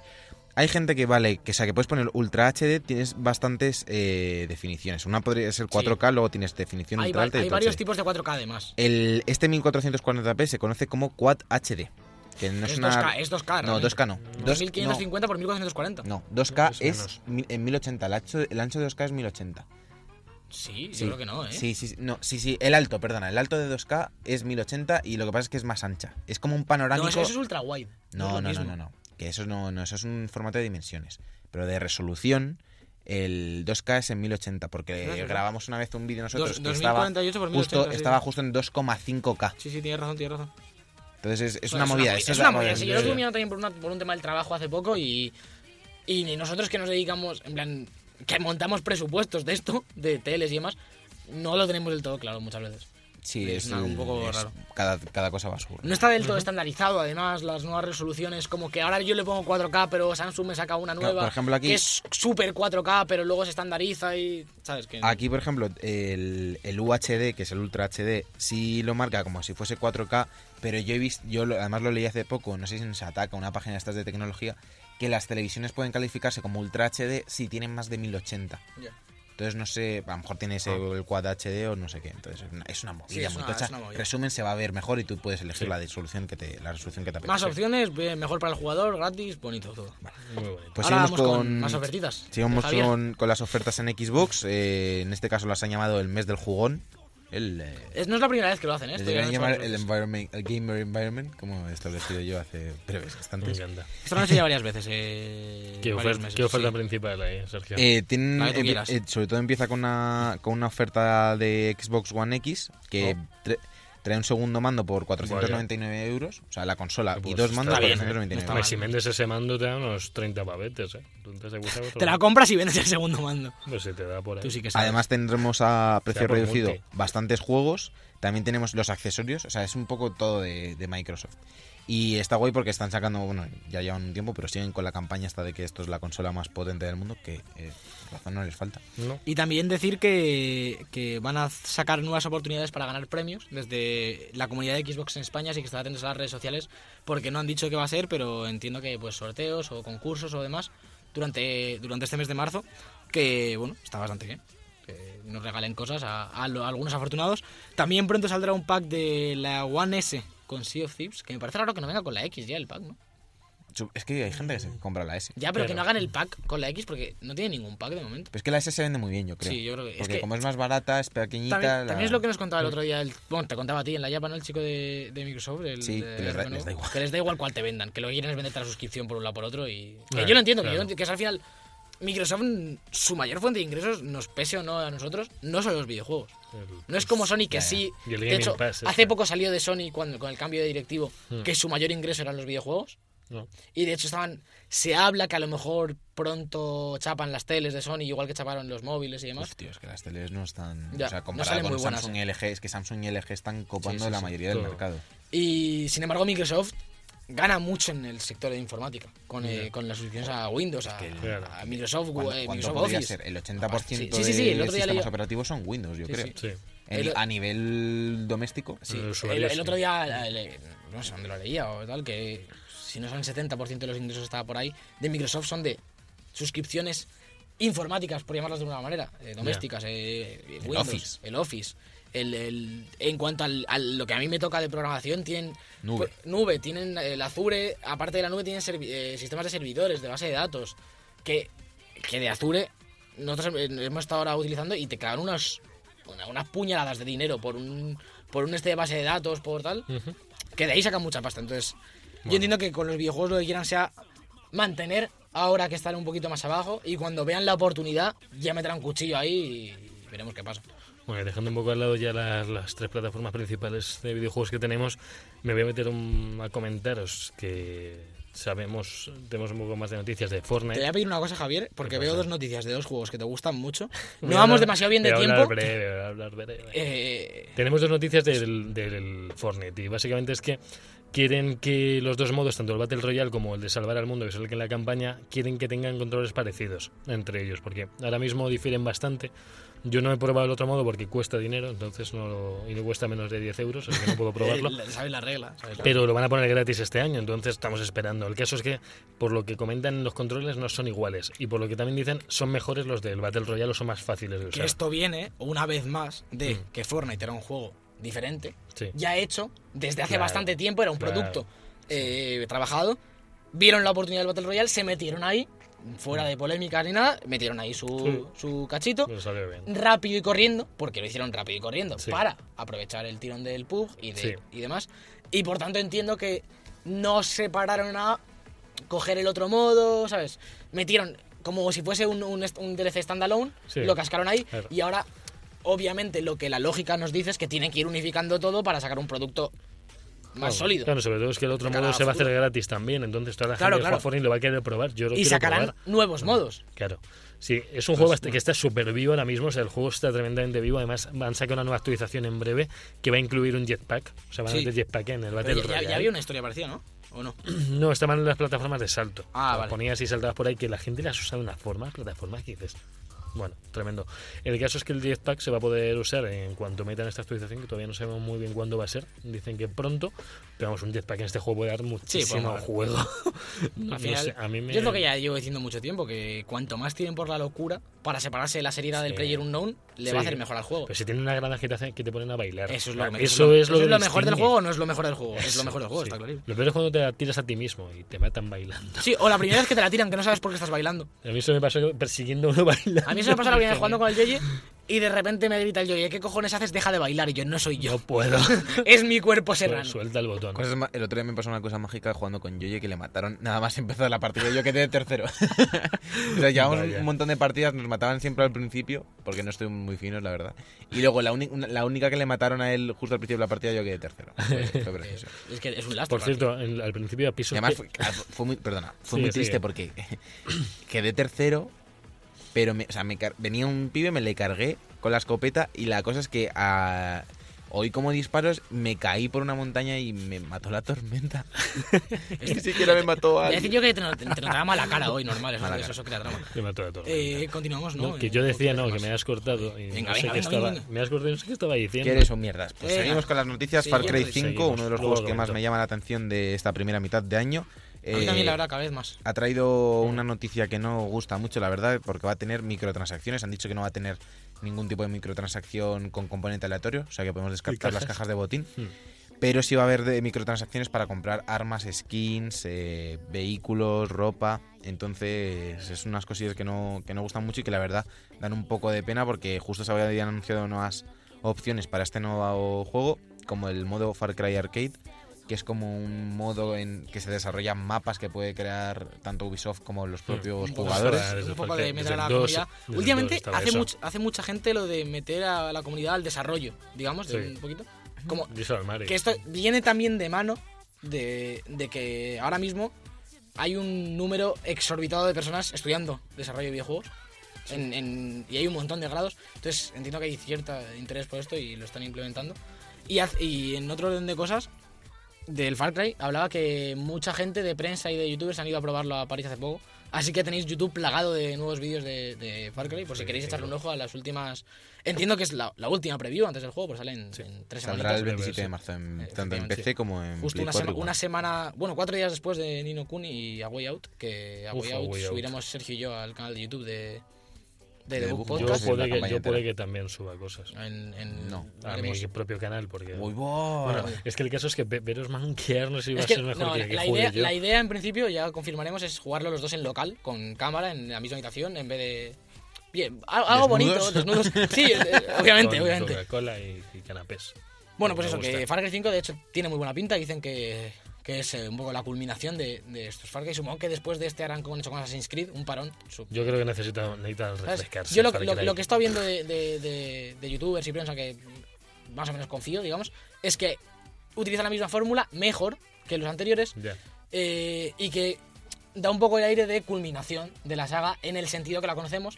Hay gente que vale, que, o sea, que puedes poner Ultra HD, tienes bastantes eh, definiciones. Una podría ser 4K, luego tienes definición
Hay,
ultra
va-
alta y
hay
ultra
varios
HD.
tipos de 4K además.
El, este 1440p se conoce como Quad HD. Que no es,
es,
una.
2K, es 2K.
no, 2K no. Dos-
2550 por 1440.
No, no, 2K
Eso
es mi- en 1080. El ancho, el ancho de 2K es 1080.
Sí, yo
Sí.
creo que no, ¿eh?
Sí, sí, sí, no, sí, sí, el alto, perdona. El alto de 2K es 1080 y lo que pasa es que es más ancha. Es como un panorámico.
No, eso, eso es ultra wide.
no,
es lo
no, no,
mismo.
no, no. Que eso no, no, eso es un formato de dimensiones. Pero de resolución, el 2K es en 1080. Porque
Verdad, es verdad.
grabamos una vez un vídeo nosotros
Dos-
que estaba
2048 por
justo,
1080, sí,
estaba
sí.
justo en 2,5K.
Sí, sí, tienes razón, tienes razón.
Entonces es, es
Bueno,
una movida.
Es
eso
una,
es la
movida.
movida.
sí, yo lo estuve mirando también por, una- por un tema del trabajo hace poco y, y ni nosotros que nos dedicamos, en plan, que montamos presupuestos de esto, de teles y demás, no lo tenemos del todo claro muchas veces.
Sí,
Es
es,
algo un
el-
poco
es-
raro.
Cada, cada cosa va a su
No está del todo estandarizado, además, las nuevas resoluciones, como que ahora yo le pongo 4K, pero Samsung me saca una nueva,
por ejemplo, aquí-
que es súper 4K, pero luego se estandariza y... ¿Sabes qué?
Aquí, por ejemplo, el, el UHD, que es el Ultra HD, sí lo marca como si fuese 4K, pero yo he visto, yo lo- además lo leí hace poco, no sé si en Sataka, una página de estas de tecnología, que las televisiones pueden calificarse como Ultra HD si tienen más de 1080.
Ya.
Entonces, no sé, a lo mejor tienes el Quad HD o no sé qué. Entonces, es una, es una movida
Ah. es
muy
una-
tocha.
es una movida.
Resumen, se va a ver mejor y tú puedes elegir
Sí.
la, resolución que te, la resolución que te
Más
apetece.
opciones, bien, mejor para el jugador, gratis, bonito todo.
Muy bonito.
Pues
Ahora
seguimos
vamos con
con-
más ofertitas.
Sigamos
Javier.
con, con las ofertas en Xbox. eh, en este caso las han llamado el mes del jugón. El, eh,
Es- no es la primera vez que lo hacen,
Le
¿eh? Esto ya
deberían
lo he hecho
llamar
varias
el,
veces.
environment, el gamer environment, como he establecido yo hace breves
Me
instantes.
encanta.
Esto lo han hecho ya varias veces. Eh,
¿Qué
varios
oferta,
Pues meses,
qué oferta
sí.
principal hay, Sergio?
Eh, tienen-
La que tú
eh,
quieras.
eh, sobre todo empieza con una, con una oferta de Xbox One X que
Oh.
tra- trae un segundo mando por 499 euros, o sea, la consola,
Pues
y dos
está
mandos por
bien,
499
Ah,
Hombre,
está mal.
euros.
si vendes ese mando te dan unos 30 pavetes, ¿eh? Tú te aseguras otro
Te la
mando.
compras y vendes el segundo mando.
Pues se te da por ahí.
Tú sí que sabes.
Además tendremos a precio
Sea por
reducido
multi.
bastantes juegos, también tenemos los accesorios, o sea, es un poco todo de, de Microsoft. Y está guay porque están sacando, bueno, ya llevan un tiempo, pero siguen con la campaña esta de que esto es la consola más potente del mundo, que eh, razón no les falta.
No.
Y también decir que, que van a sacar nuevas oportunidades para ganar premios desde la comunidad de Xbox en España, así que estar atentos a las redes sociales, porque no han dicho qué va a ser, pero entiendo que pues sorteos o concursos o demás durante, durante este mes de marzo, que bueno, está bastante bien. Que nos regalen cosas a, a lo- a algunos afortunados. También pronto saldrá un pack de la One S con Sea of Thieves, que me parece raro que no venga con la X ya el pack, ¿no?
Su- Es que hay gente que se compra la S.
Ya, pero que
Claro.
no hagan el pack con la X porque no tiene ningún pack de momento.
Pero es que la S se vende muy bien, yo creo.
Sí, yo creo que- es
Porque
que-
como es más barata, es pequeñita.
También,
la-
también es lo que nos contaba el otro día. el- bueno, te contaba a ti en la Yapa, ¿no? El chico de, de Microsoft. El,
Sí,
de-
que les da-
¿no?
les da igual.
Que les da igual cuál te vendan. Que lo que quieren es venderte la suscripción por un lado por otro. Y, que
Claro,
yo lo entiendo, que, yo
claro.
lo enti- que es al final. Microsoft, su mayor fuente de ingresos, nos pese o no a nosotros, no son los videojuegos. No es como Sony que
Ya,
sí.
Y el
De
Gaming
hecho,
Pass,
hace
este.
poco salió de Sony cuando, con el cambio de directivo
Hmm.
que su mayor ingreso eran los videojuegos.
No.
Y de hecho estaban. Se habla que a lo mejor pronto chapan las teles de Sony, igual que chaparon los móviles y demás.
Hostia, es que las teles no están.
Ya,
o sea,
no
comparado
salen
con
muy buenas,
Samsung y LG, es que Samsung y LG están copando
Sí, sí,
la
sí,
mayoría del
todo.
mercado.
Y sin embargo, Microsoft gana mucho en el sector de informática, con, eh, con las suscripciones a Windows, a,
que-
Claro.
a Microsoft,
¿Cuánto,
eh,
cuánto
Microsoft
podría
Office.
ser? El 80%
Sí, sí, sí,
de
el otro día
sistemas
leía-
operativos son Windows, yo
Sí,
creo.
sí.
Sí.
En-
El-
a nivel doméstico,
Sí,
Los
el,
usuarios,
el
sí.
otro día, eh, le- no sé dónde lo leía o tal, que si no son el 70% de los ingresos estaba por ahí, de Microsoft son de suscripciones informáticas, por llamarlas de alguna manera, eh, domésticas, eh, Windows,
Office.
el Office. El, el- en cuanto al, a lo que a mí me toca de programación, tienen
Nube.
pues, nube, tienen el Azure, aparte de la nube tienen servi- eh, sistemas de servidores, de base de datos, que, que de Azure nosotros hem- hemos estado ahora utilizando y te cagan unas, una- unas puñaladas de dinero por un, por un este de base de datos, por tal,
Ujú.
que de ahí sacan mucha pasta. Entonces, yo entiendo que con los videojuegos lo que quieran sea mantener ahora que están un poquito más abajo y cuando vean la oportunidad ya meterán un cuchillo ahí y veremos qué pasa.
Bueno, y dejando un poco al lado ya las, las tres plataformas principales de videojuegos que tenemos, me voy a meter un- a comentaros que sabemos, tenemos un poco más de noticias de
Te voy
Fortnite.
a pedir una cosa, Javier, porque
¿Qué
veo
pasa?
dos noticias de dos juegos que te gustan mucho.
Voy
No
a
vamos
hablar-
demasiado bien de
voy a
tiempo.
hablar breve, voy a hablar breve.
Eh,
Tenemos dos noticias del, del Fortnite y básicamente es que quieren que los dos modos, tanto el Battle Royale como el de salvar al mundo, que es el que en la campaña, quieren que tengan controles parecidos entre ellos, porque ahora mismo difieren bastante. Yo no he probado el otro modo porque cuesta dinero, entonces no lo- y no cuesta menos de 10 euros, así que no puedo probarlo.
eh, sabes la regla. sabes la-
Pero lo van a poner gratis este año, entonces estamos esperando. El caso es que, por lo que comentan, los controles no son iguales. Y por lo que también dicen, son mejores los del Battle Royale o son más fáciles de
que
usar.
esto viene, una vez más, de que Fortnite era un juego diferente,
Sí.
ya hecho, desde hace
Claro,
bastante tiempo, era un
claro,
producto eh, trabajado. Vieron la oportunidad del Battle Royale, se metieron ahí,
Mm.
fuera de polémica ni nada, metieron ahí su, su cachito.
Pero salió bien.
rápido y corriendo, porque lo hicieron rápido y corriendo,
Sí.
para aprovechar el tirón del pub y, de-
Sí.
y demás. Y por tanto entiendo que no se pararon a coger el otro modo, ¿sabes? Metieron como si fuese un, un, est- un DLC standalone,
Sí.
lo cascaron ahí
Claro.
y ahora, obviamente, lo que la lógica nos dice es que tienen que ir unificando todo para sacar un producto más
Claro,
sólido.
Claro, sobre todo es que el otro
Cara
modo
a
se va a hacer
futuro.
gratis también, entonces toda la
Claro,
gente
claro.
de Fortnite lo va a querer probar. Yo lo
y
quiero
sacarán Pues
probar.
nuevos modos.
Claro. Sí, es un juego que está súper vivo ahora mismo, o sea, el juego está tremendamente vivo, además van a sacar una nueva actualización en breve que va a incluir un jetpack, o sea, van a
Sí.
meter jetpack en el Battle
Pero ya- ya,
Royale.
ya había una historia parecida, ¿no? ¿O no?
No, estaban en las plataformas de salto.
Ah,
Las
vale.
Ponías y saltabas por ahí que la gente las usa de una forma, plataformas que dices. Bueno, tremendo. El caso es que el jetpack se va a poder usar en cuanto metan esta actualización, que todavía no sabemos muy bien cuándo va a ser. Dicen que pronto, pero vamos, un jetpack en este juego puede dar muchísimo
molar.
juego. No
Al final,
sé, a mí me...
yo es lo que ya llevo diciendo mucho tiempo, que cuanto más tienen por la locura, para separarse de la seriedad del
Sí.
player unknown, le
Sí.
va a hacer mejor al juego.
Pero si tienen una grada que te, hacen- que te ponen a bailar.
eso es lo, que me-
Eso es lo,
eso
que
es lo mejor del
distingue.
juego o no es lo mejor del juego. Es lo mejor del juego,
Sí.
está claro.
Lo peor es cuando te tiras a ti mismo y te matan bailando.
Sí, o la primera vez que te la tiran, que no sabes por qué estás bailando.
A mí eso me pasó persiguiendo a uno bailando.
A mí eso me pasó la primera
Genial.
vez jugando con el Yoye y de repente me grita el Yoye, ¿qué cojones haces? Deja de bailar. Y yo, no soy yo.
No puedo. Pues
Es mi cuerpo serrano. Pues
Suelta el botón.
Cosas ma- el otro día me pasó una cosa mágica jugando con Yoye que le mataron. Nada más empezó la partida, yo quedé tercero. o sea, llevamos
Vaya.
un montón de partidas, nos mataban siempre al principio, porque no estoy muy finos, la verdad. Y luego la, uni- una- la única que le mataron a él justo al principio de la partida, yo quedé tercero. Fue- fue precioso.
Es que es un lastre.
Por cierto, en- al principio a
Y
pisos.
además
que-
fue, ah, fue muy, perdona, fue
Sigue,
muy triste
sigue.
porque quedé tercero, pero me, o sea, me car- venía un pibe, me le cargué con la escopeta y la cosa es que ah, oí como disparos, me caí por una montaña y me mató la tormenta. Ni siquiera me mató a
Voy a decir yo que te, no- te notaba mala cara hoy, normal. Eso,
Mala
eso,
cara.
eso crea drama.
que mató a todo.
Eh, continuamos, ¿no?
No, que yo decía, no, que me
da
has cortado. Y
Venga,
no sé
venga,
qué
venga,
estaba,
venga.
Me has cortado y no sé qué estaba diciendo.
¿Qué eres o mierdas? Pues
Venga.
seguimos con las noticias. Far
Seguimos.
Cry 5, uno de los
Seguimos.
juegos
Luego
que más
comento.
me llama la atención de esta primera mitad de año.
A mí
Eh,
también, la verdad, cada vez más.
ha traído una noticia que no gusta mucho, la verdad, porque va a tener microtransacciones. Han dicho que no va a tener ningún tipo de microtransacción con componente aleatorio, o sea que podemos descartar las
cajas.
cajas de botín.
Hmm.
Pero sí va a haber de microtransacciones para comprar armas, skins, eh, vehículos, ropa. Entonces, es unas cosillas que no, que no gustan mucho y que la verdad dan un poco de pena porque justo se habían anunciado nuevas opciones para este nuevo juego, como el modo Far Cry Arcade, que es como un modo en que se desarrollan mapas que puede crear tanto Ubisoft como los propios
Un poco
jugadores.
estaba-
de-
desde
un poco
el-
de meter
desde
a la
el dos-
comunidad.
desde el dos
Últimamente
estaba
hace,
eso.
much- hace mucha gente lo de meter a la comunidad al desarrollo, digamos, de
Sí.
un poquito. Como
Dice al Mario.
que esto viene también de mano de, de que ahora mismo hay un número exorbitado de personas estudiando desarrollo de videojuegos. en- en- y hay un montón de grados. Entonces entiendo que hay cierto interés por esto y lo están implementando. Y, haz- y en otro orden de cosas, del Far Cry hablaba que mucha gente de prensa y de youtubers han ido a probarlo a París hace poco. Así que tenéis YouTube plagado de nuevos vídeos de, de Far Cry, por si
Sí,
queréis
sí,
echarle un
claro.
ojo a las últimas. Entiendo que es la, la última preview antes del juego, pues sale en, en tres
Saldrá
semanas.
el 27
sí.
de marzo, en- tanto en
Efectivamente,
PC como en
Justo
Play
una,
4
sema-
igual.
una semana, bueno, cuatro días después de Nino Kuni y A Way Out, que A
Uf,
Way
A
Out
Way Out.
subiremos Sergio y yo al canal de YouTube de, de,
De
The Book
Book
yo
Podcast.
en la
puede, que,
campaña
yo puede
entera.
que también suba cosas.
En, en-
No.
A mi
haremos-
propio canal, porque.
Uy, buah.
Bueno, es que el caso es que ve- veros manquearnos iba
Es
a
que,
ser mejor
no,
que,
la,
que
la
juegue
idea,
yo.
la idea, en principio, ya confirmaremos, es jugarlo los dos en local, con cámara, en la misma habitación, en vez de... Bien, al- algo bonito,
¿Desnudos?
desnudos. Sí, eh, obviamente,
Con
obviamente.
Coca-Cola y, y canapés.
Bueno, pues
Me
eso,
gusta.
que Far Cry 5 de hecho tiene muy buena pinta. Dicen que, que es eh, un poco la culminación de, de estos Far Cry. Supongo que después de este harán con hecho con Assassin's Creed, un parón. Su-
Yo creo que necesita, necesitan
¿sabes?
refrescarse.
Yo lo,
Pues para
lo-
ahí-
lo que he estado viendo de, de- de- de youtubers y prensa que más o menos confío, digamos, es que utilizan la misma fórmula, mejor que los anteriores,
Ya.
eh, y que da un poco el aire de culminación de la saga en el sentido que la conocemos.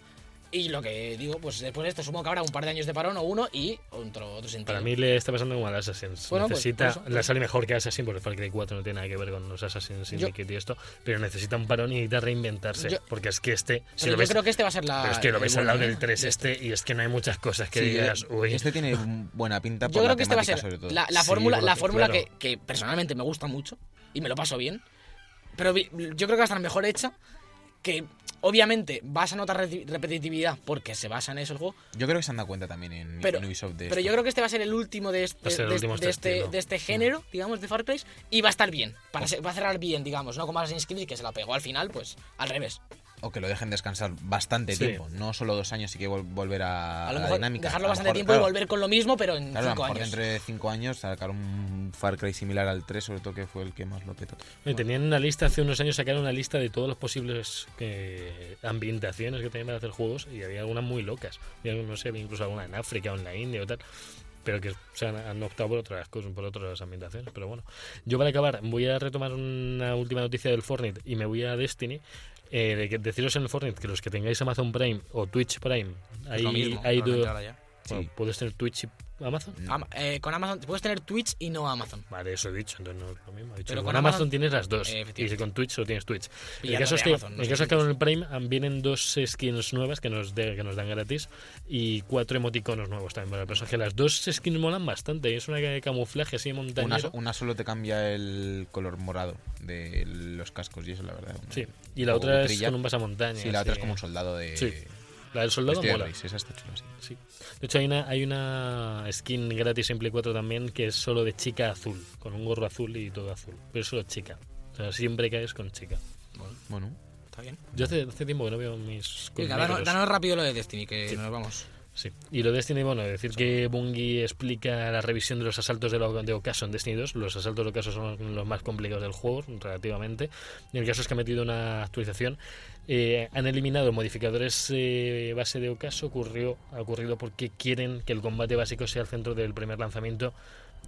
Y lo que digo, pues después de esto supongo que habrá un par de años de parón o uno y otro, otro sentido.
Para mí le está pasando como al Assassin's.
Bueno, pues,
necesita,
por eso, por
la sale mejor que Assassin, porque Far Cry 4 no tiene nada que ver con los Assassin's
Yo-
Syndicate y esto, pero necesita un parón y necesita reinventarse.
Yo-
porque es que este. Si lo
Pero yo
ves,
creo que este va a ser la.
pero es que lo
el
ves al
bueno,
lado
¿eh?
del 3 este, y es que no hay muchas cosas que
Sí,
digas,
eh,
uy.
este tiene buena pinta por
Yo
la
creo que este va a
temática,
ser
sobre todo.
la, la
Sí,
fórmula,
por
la
lo-
fórmula
claro.
que, que personalmente me gusta mucho y me lo paso bien. Pero vi- yo creo que va a estar mejor hecha. Que obviamente vas a notar reti- repetitividad porque se basa en eso el juego.
Yo creo que se han dado cuenta también en,
Pero,
en Ubisoft de
pero
esto.
yo creo que este va a ser el último de este,
Va a ser el
de,
último este
de este,
estilo.
de este género, digamos, de Far Cry. Y va a estar bien. Para ser- va a cerrar bien, digamos. No como Assassin's Creed que se la pegó al final, pues al revés.
O que lo dejen descansar bastante
Sí.
tiempo, no solo dos años y que vol- volver a,
A lo
la
mejor
dinámica.
dejarlo
A lo
bastante
mejor,
tiempo
claro,
y volver con lo mismo, pero en
Claro, a lo
cinco
mejor
años.
dentro de cinco años sacar un Far Cry similar al 3, sobre todo que fue el que más lo petó.
Oye, Eh, Tenían una lista, hace unos años sacaron una lista de todos los posibles eh, ambientaciones que tenían para hacer juegos y había algunas muy locas. Había, no sé, había incluso alguna en África o en la India o tal. pero que se han, han optado por otras cosas, por otras ambientaciones. Pero bueno, yo para acabar voy a retomar una última noticia del Fortnite y me voy a Destiny. Eh, de que- deciros en el Fortnite que los que tengáis Amazon Prime o Twitch Prime,
Es lo
ahí,
mismo,
ahí
realmente,
do-
ahora ya.
bueno,
Sí.
puedes tener Twitch y Amazon.
Ama- eh, con Amazon puedes tener Twitch y no Amazon.
Vale, eso he dicho, entonces no es lo mismo. He dicho,
Pero
con,
con
Amazon,
Amazon
tienes las dos.
Eh,
y
efectivamente.
si con Twitch solo tienes Twitch. El
Pillando
caso,
de
es que,
Amazon, no
el caso
sé
es que
qué
con el Prime ah, vienen dos skins nuevas que nos, de- que nos dan gratis y cuatro emoticonos nuevos también para el personaje. Las dos skins molan bastante. Es una de camuflaje así de
Una,
montañero.
una solo te cambia el color morado de los cascos y eso, la verdad.
Sí. Y la
O
otra es
trilla.
con un pasamontañas.
Sí, la otra
sí.
es como un soldado de.
Sí. La del soldado
vestido de
mola.
Reyes, Esa está chula, sí.
Sí. De hecho, hay una, hay una skin gratis en Play 4 también que es solo de chica azul, con un gorro azul y todo azul. Pero es solo chica. O sea, siempre caes con chica.
Bueno,
Está bien.
Yo hace, hace tiempo que no veo mis
Venga,
compañeros.
danos, danos rápido lo de Destiny, que
Sí.
nos vamos.
Sí. Y lo de Destiny, bueno, decir que Bungie explica la revisión de los asaltos de, lo- de Ocaso en Destiny 2. Los asaltos de Ocaso son los más complicados del juego, relativamente. Y el caso es que ha metido una actualización. Eh, han eliminado modificadores eh, base de Ocaso. Ocurrió, ha ocurrido porque quieren que el combate básico sea el centro del primer lanzamiento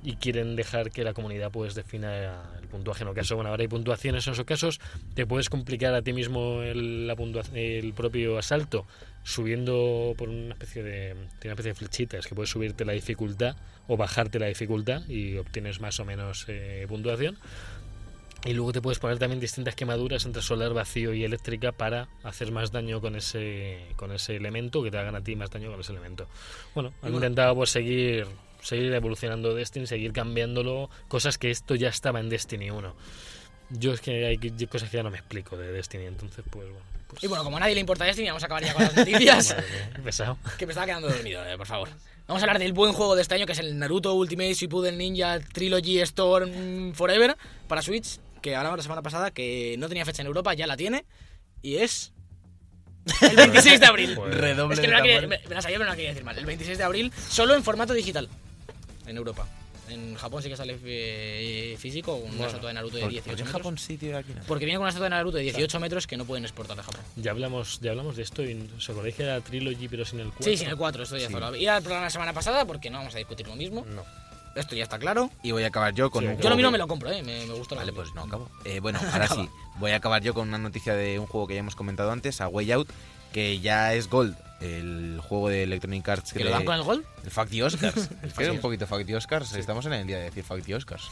y quieren dejar que la comunidad pues defina el puntuaje en ocaso. Bueno, ahora hay puntuaciones en esos casos, te puedes complicar a ti mismo el, la puntua- el propio asalto subiendo por una especie de tiene una especie de flechitas que puedes subirte la dificultad o bajarte la dificultad y obtienes más o menos eh, puntuación. Y luego te puedes poner también distintas quemaduras entre solar, vacío y eléctrica para hacer más daño con ese con ese elemento, que te hagan a ti más daño con ese elemento. Bueno, han
bueno.
intentado pues, seguir seguir evolucionando Destiny, seguir cambiándolo, cosas que esto ya estaba en Destiny 1. Yo es que hay que- cosas que ya no me explico de Destiny, entonces pues bueno. pues-
Y bueno, como a nadie le importa Destiny, vamos a acabar ya con las noticias.
Madre mía, qué pesado.
que me estaba quedando dormido, eh, por favor. Vamos a hablar del buen juego de este año, que es el Naruto Ultimate Shippuden Ninja Trilogy Storm Forever para Switch, que hablamos la semana pasada, que no tenía fecha en Europa, ya la tiene, y es... El 26 de abril.
Joder.
Es que me la, quería, me, me la sabía, pero no la quería decir mal. El 26 de abril, solo en formato digital. En Europa. En Japón sí que sale eh, físico, una estatua de Naruto de
¿Por-
18
¿Por qué en
metros.
Japón sí, tío, aquí no?
Porque viene con una estatua de Naruto de 18 metros que no pueden exportar de Japón.
Ya hablamos, ya hablamos de esto y ¿os acordáis que era Trilogy pero sin el 4?
Sí, sin el 4, esto ya solo. Y al programa la semana pasada porque no vamos a discutir lo mismo.
No.
Esto ya está claro.
Y voy a acabar Mm. yo con.
Sí,
un
Yo lo
juego
mismo
que-
me lo compro, ¿eh? Me, me gusta.
Vale, pues no acabo. Eh, bueno, ahora sí. Voy a acabar yo con una noticia de un juego que ya hemos comentado antes, a Way Out, que ya es Gold, el juego de Electronic Arts
¿Que lo dan
le-
con el gol?
El Facti Oscars. Es que era un poquito Facti Oscars. Estamos en el día de decir Facti Oscars.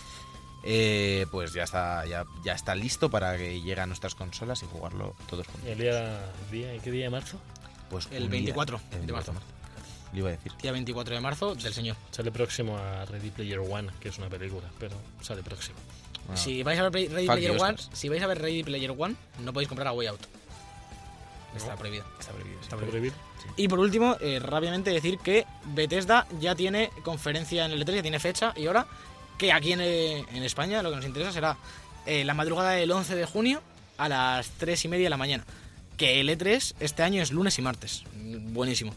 Eh, pues ya está, ya, ya está listo para que llegue a nuestras consolas y jugarlo todos juntos.
El día, día- ¿Qué día de marzo?
Pues
Eh, El
un día,
24
el
de marzo.
Le iba a decir.
Día 24 de marzo del señor.
Sale próximo a Ready Player One, que es una película, pero sale próximo.
Ah,
Si vais a ver Play- Ready
Fuck
Player
you,
One,
Oscars.
si vais a ver Ready Player One, no podéis comprar a Way Out. Está prohibido.
Está prohibido. sí.
¿Está prohibido?
Y por último, eh, rápidamente decir que Bethesda ya tiene conferencia en el E3, ya tiene fecha y hora, que aquí en, eh, en España lo que nos interesa será eh, la madrugada del 11 de junio a las 3 y media de la mañana. Que el E3 este año es lunes y martes. Mm, Buenísimo.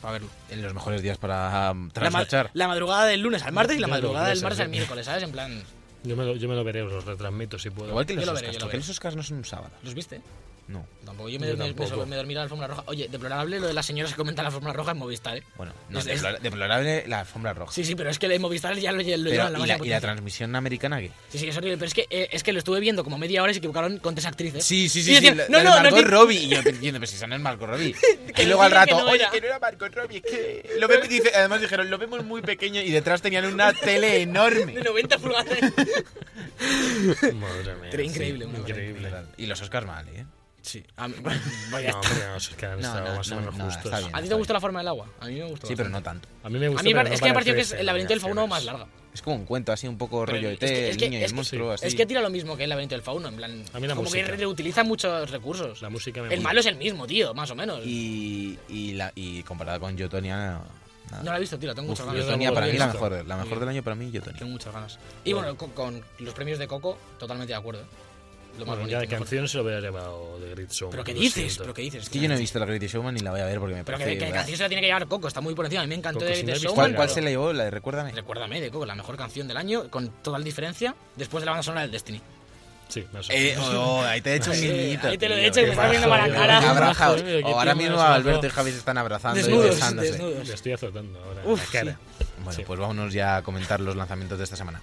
Para verlo.
En los mejores días para um,
La, ma-
trasnochar.
la madrugada del lunes al martes y
Yo
la
lo
madrugada
voy a
del martes
hacer,
al
sí.
miércoles, ¿sabes? En plan,
Yo me, lo, yo me lo veré, os lo retransmito si puedo.
Igual que
Yo
los
lo
Oscars,
veré, yo lo
porque
veré.
los Oscars no son un sábado.
¿los viste?
No.
Tampoco, yo me,
Yo
dormí- me
tampoco.
sobre- me dormí la alfombra roja. Oye, deplorable lo de las señoras que comentan la alfombra roja en Movistar, ¿eh?
Bueno, no,
Es- es-
deplora- deplorable la alfombra roja.
Sí, sí, pero es que en Movistar ya lo, ya lo
Pero,
llevan a
¿y,
máxima
la, y la
potencia.
transmisión americana qué?
Sí, sí, es horrible, pero es que, eh, es que lo estuve viendo como media hora y se equivocaron con tres actrices.
Sí, sí,
Y
sí. sí,
decían,
la-
no,
la de
no, no,
Margot
no-
Robbie. Y yo diciendo, pero si son el Margot Robbie. y luego al
decían que
rato,
no
oye,
era".
que no era Margot Robbie, es que. Lo vemos", dice- además dijeron, lo vemos muy pequeño y detrás tenían una tele enorme.
De 90 pulgadas.
Madre mía.
Era increíble, una verdad.
increíble.
Y los Oscars mal, ¿eh?
Sí. A mí, vaya.
No, hombre, no, es que han
No,
estado
no,
más o
no,
menos
no, está
justos.
bien.
¿A ti te gustó la forma del agua? A mí me gustó.
Sí, pero no
bastante.
tanto.
A mí me gusta.
A mí
pero
pare-
no
es que me pareció que es
parece
el laberinto del fauno más
nominaciones.
larga.
Es como un cuento así, un poco
Pero
rollo de
es que-
té,
es
el
que-
niño y el
es que-
monstruo, así.
Es que tira lo mismo que el laberinto del fauno, en plan.
A mí la
como que
música.
reutiliza muchos recursos.
La música me
el malo es el mismo, tío, más o menos.
Y, y, la, y comparada con Yotonia. Nada.
No la he visto, tío, la tengo
Uf,
muchas ganas.
Yotonia
tampoco
para
la he
mí la
visto.
mejor. La mejor del año para mí, Yotonia.
Tengo muchas ganas. Y bueno, con, con los premios de Coco, totalmente de acuerdo. Lo más
Bueno,
bonito,
ya de
mejor.
canción se lo hubiera llevado de Grid Show.
¿Pero qué
lo
dices?
siento.
¿Pero qué dices?
Es que yo no he visto la Greatest Showman ni la voy a ver porque me
Pero
parece.
que, que la canción se la tiene que llevar Coco, está muy por encima. A mí me encantó
Coco,
de
si
The
no has visto
¿Cuál,
Showman,
cuál
pero-
se la llevó? La de Recuérdame.
Recuérdame de Coco, la mejor canción del año, con total diferencia, después de la banda sonora del Destiny.
Sí, más o
Eh,
menos.
oh, ahí te he hecho un
Sí,
guiñito.
ahí te lo he
tío,
hecho y
qué
me está viendo
majo,
para la
qué
cara.
abrajaos.
Qué majo,
Ahora
qué
mismo
tierno,
Alberto
qué
y Javi se están abrazando y
Desnudos,
besándose.
Le
desnudos.
estoy azotando ahora en
oh, Uf,
la cara.
Bueno,
Sí.
pues vámonos ya a comentar los lanzamientos de esta semana.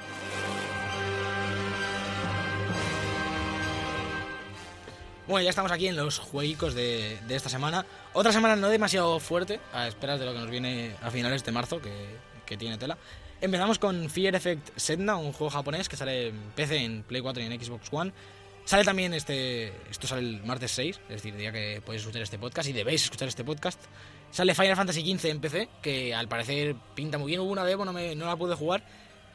Bueno, ya estamos aquí en los jueguicos de, de esta semana. Otra semana no demasiado fuerte, a esperas de lo que nos viene a finales de marzo, que, que tiene tela. Empezamos con Fear Effect Sedna, un juego japonés que sale en PC, en Play 4 y en Xbox One. Sale también este. Esto sale el martes 6, es decir, día que podéis escuchar este podcast y debéis escuchar este podcast. Sale Final Fantasy XV en PC, que al parecer pinta muy bien. Hubo una demo, no, me- no la pude jugar,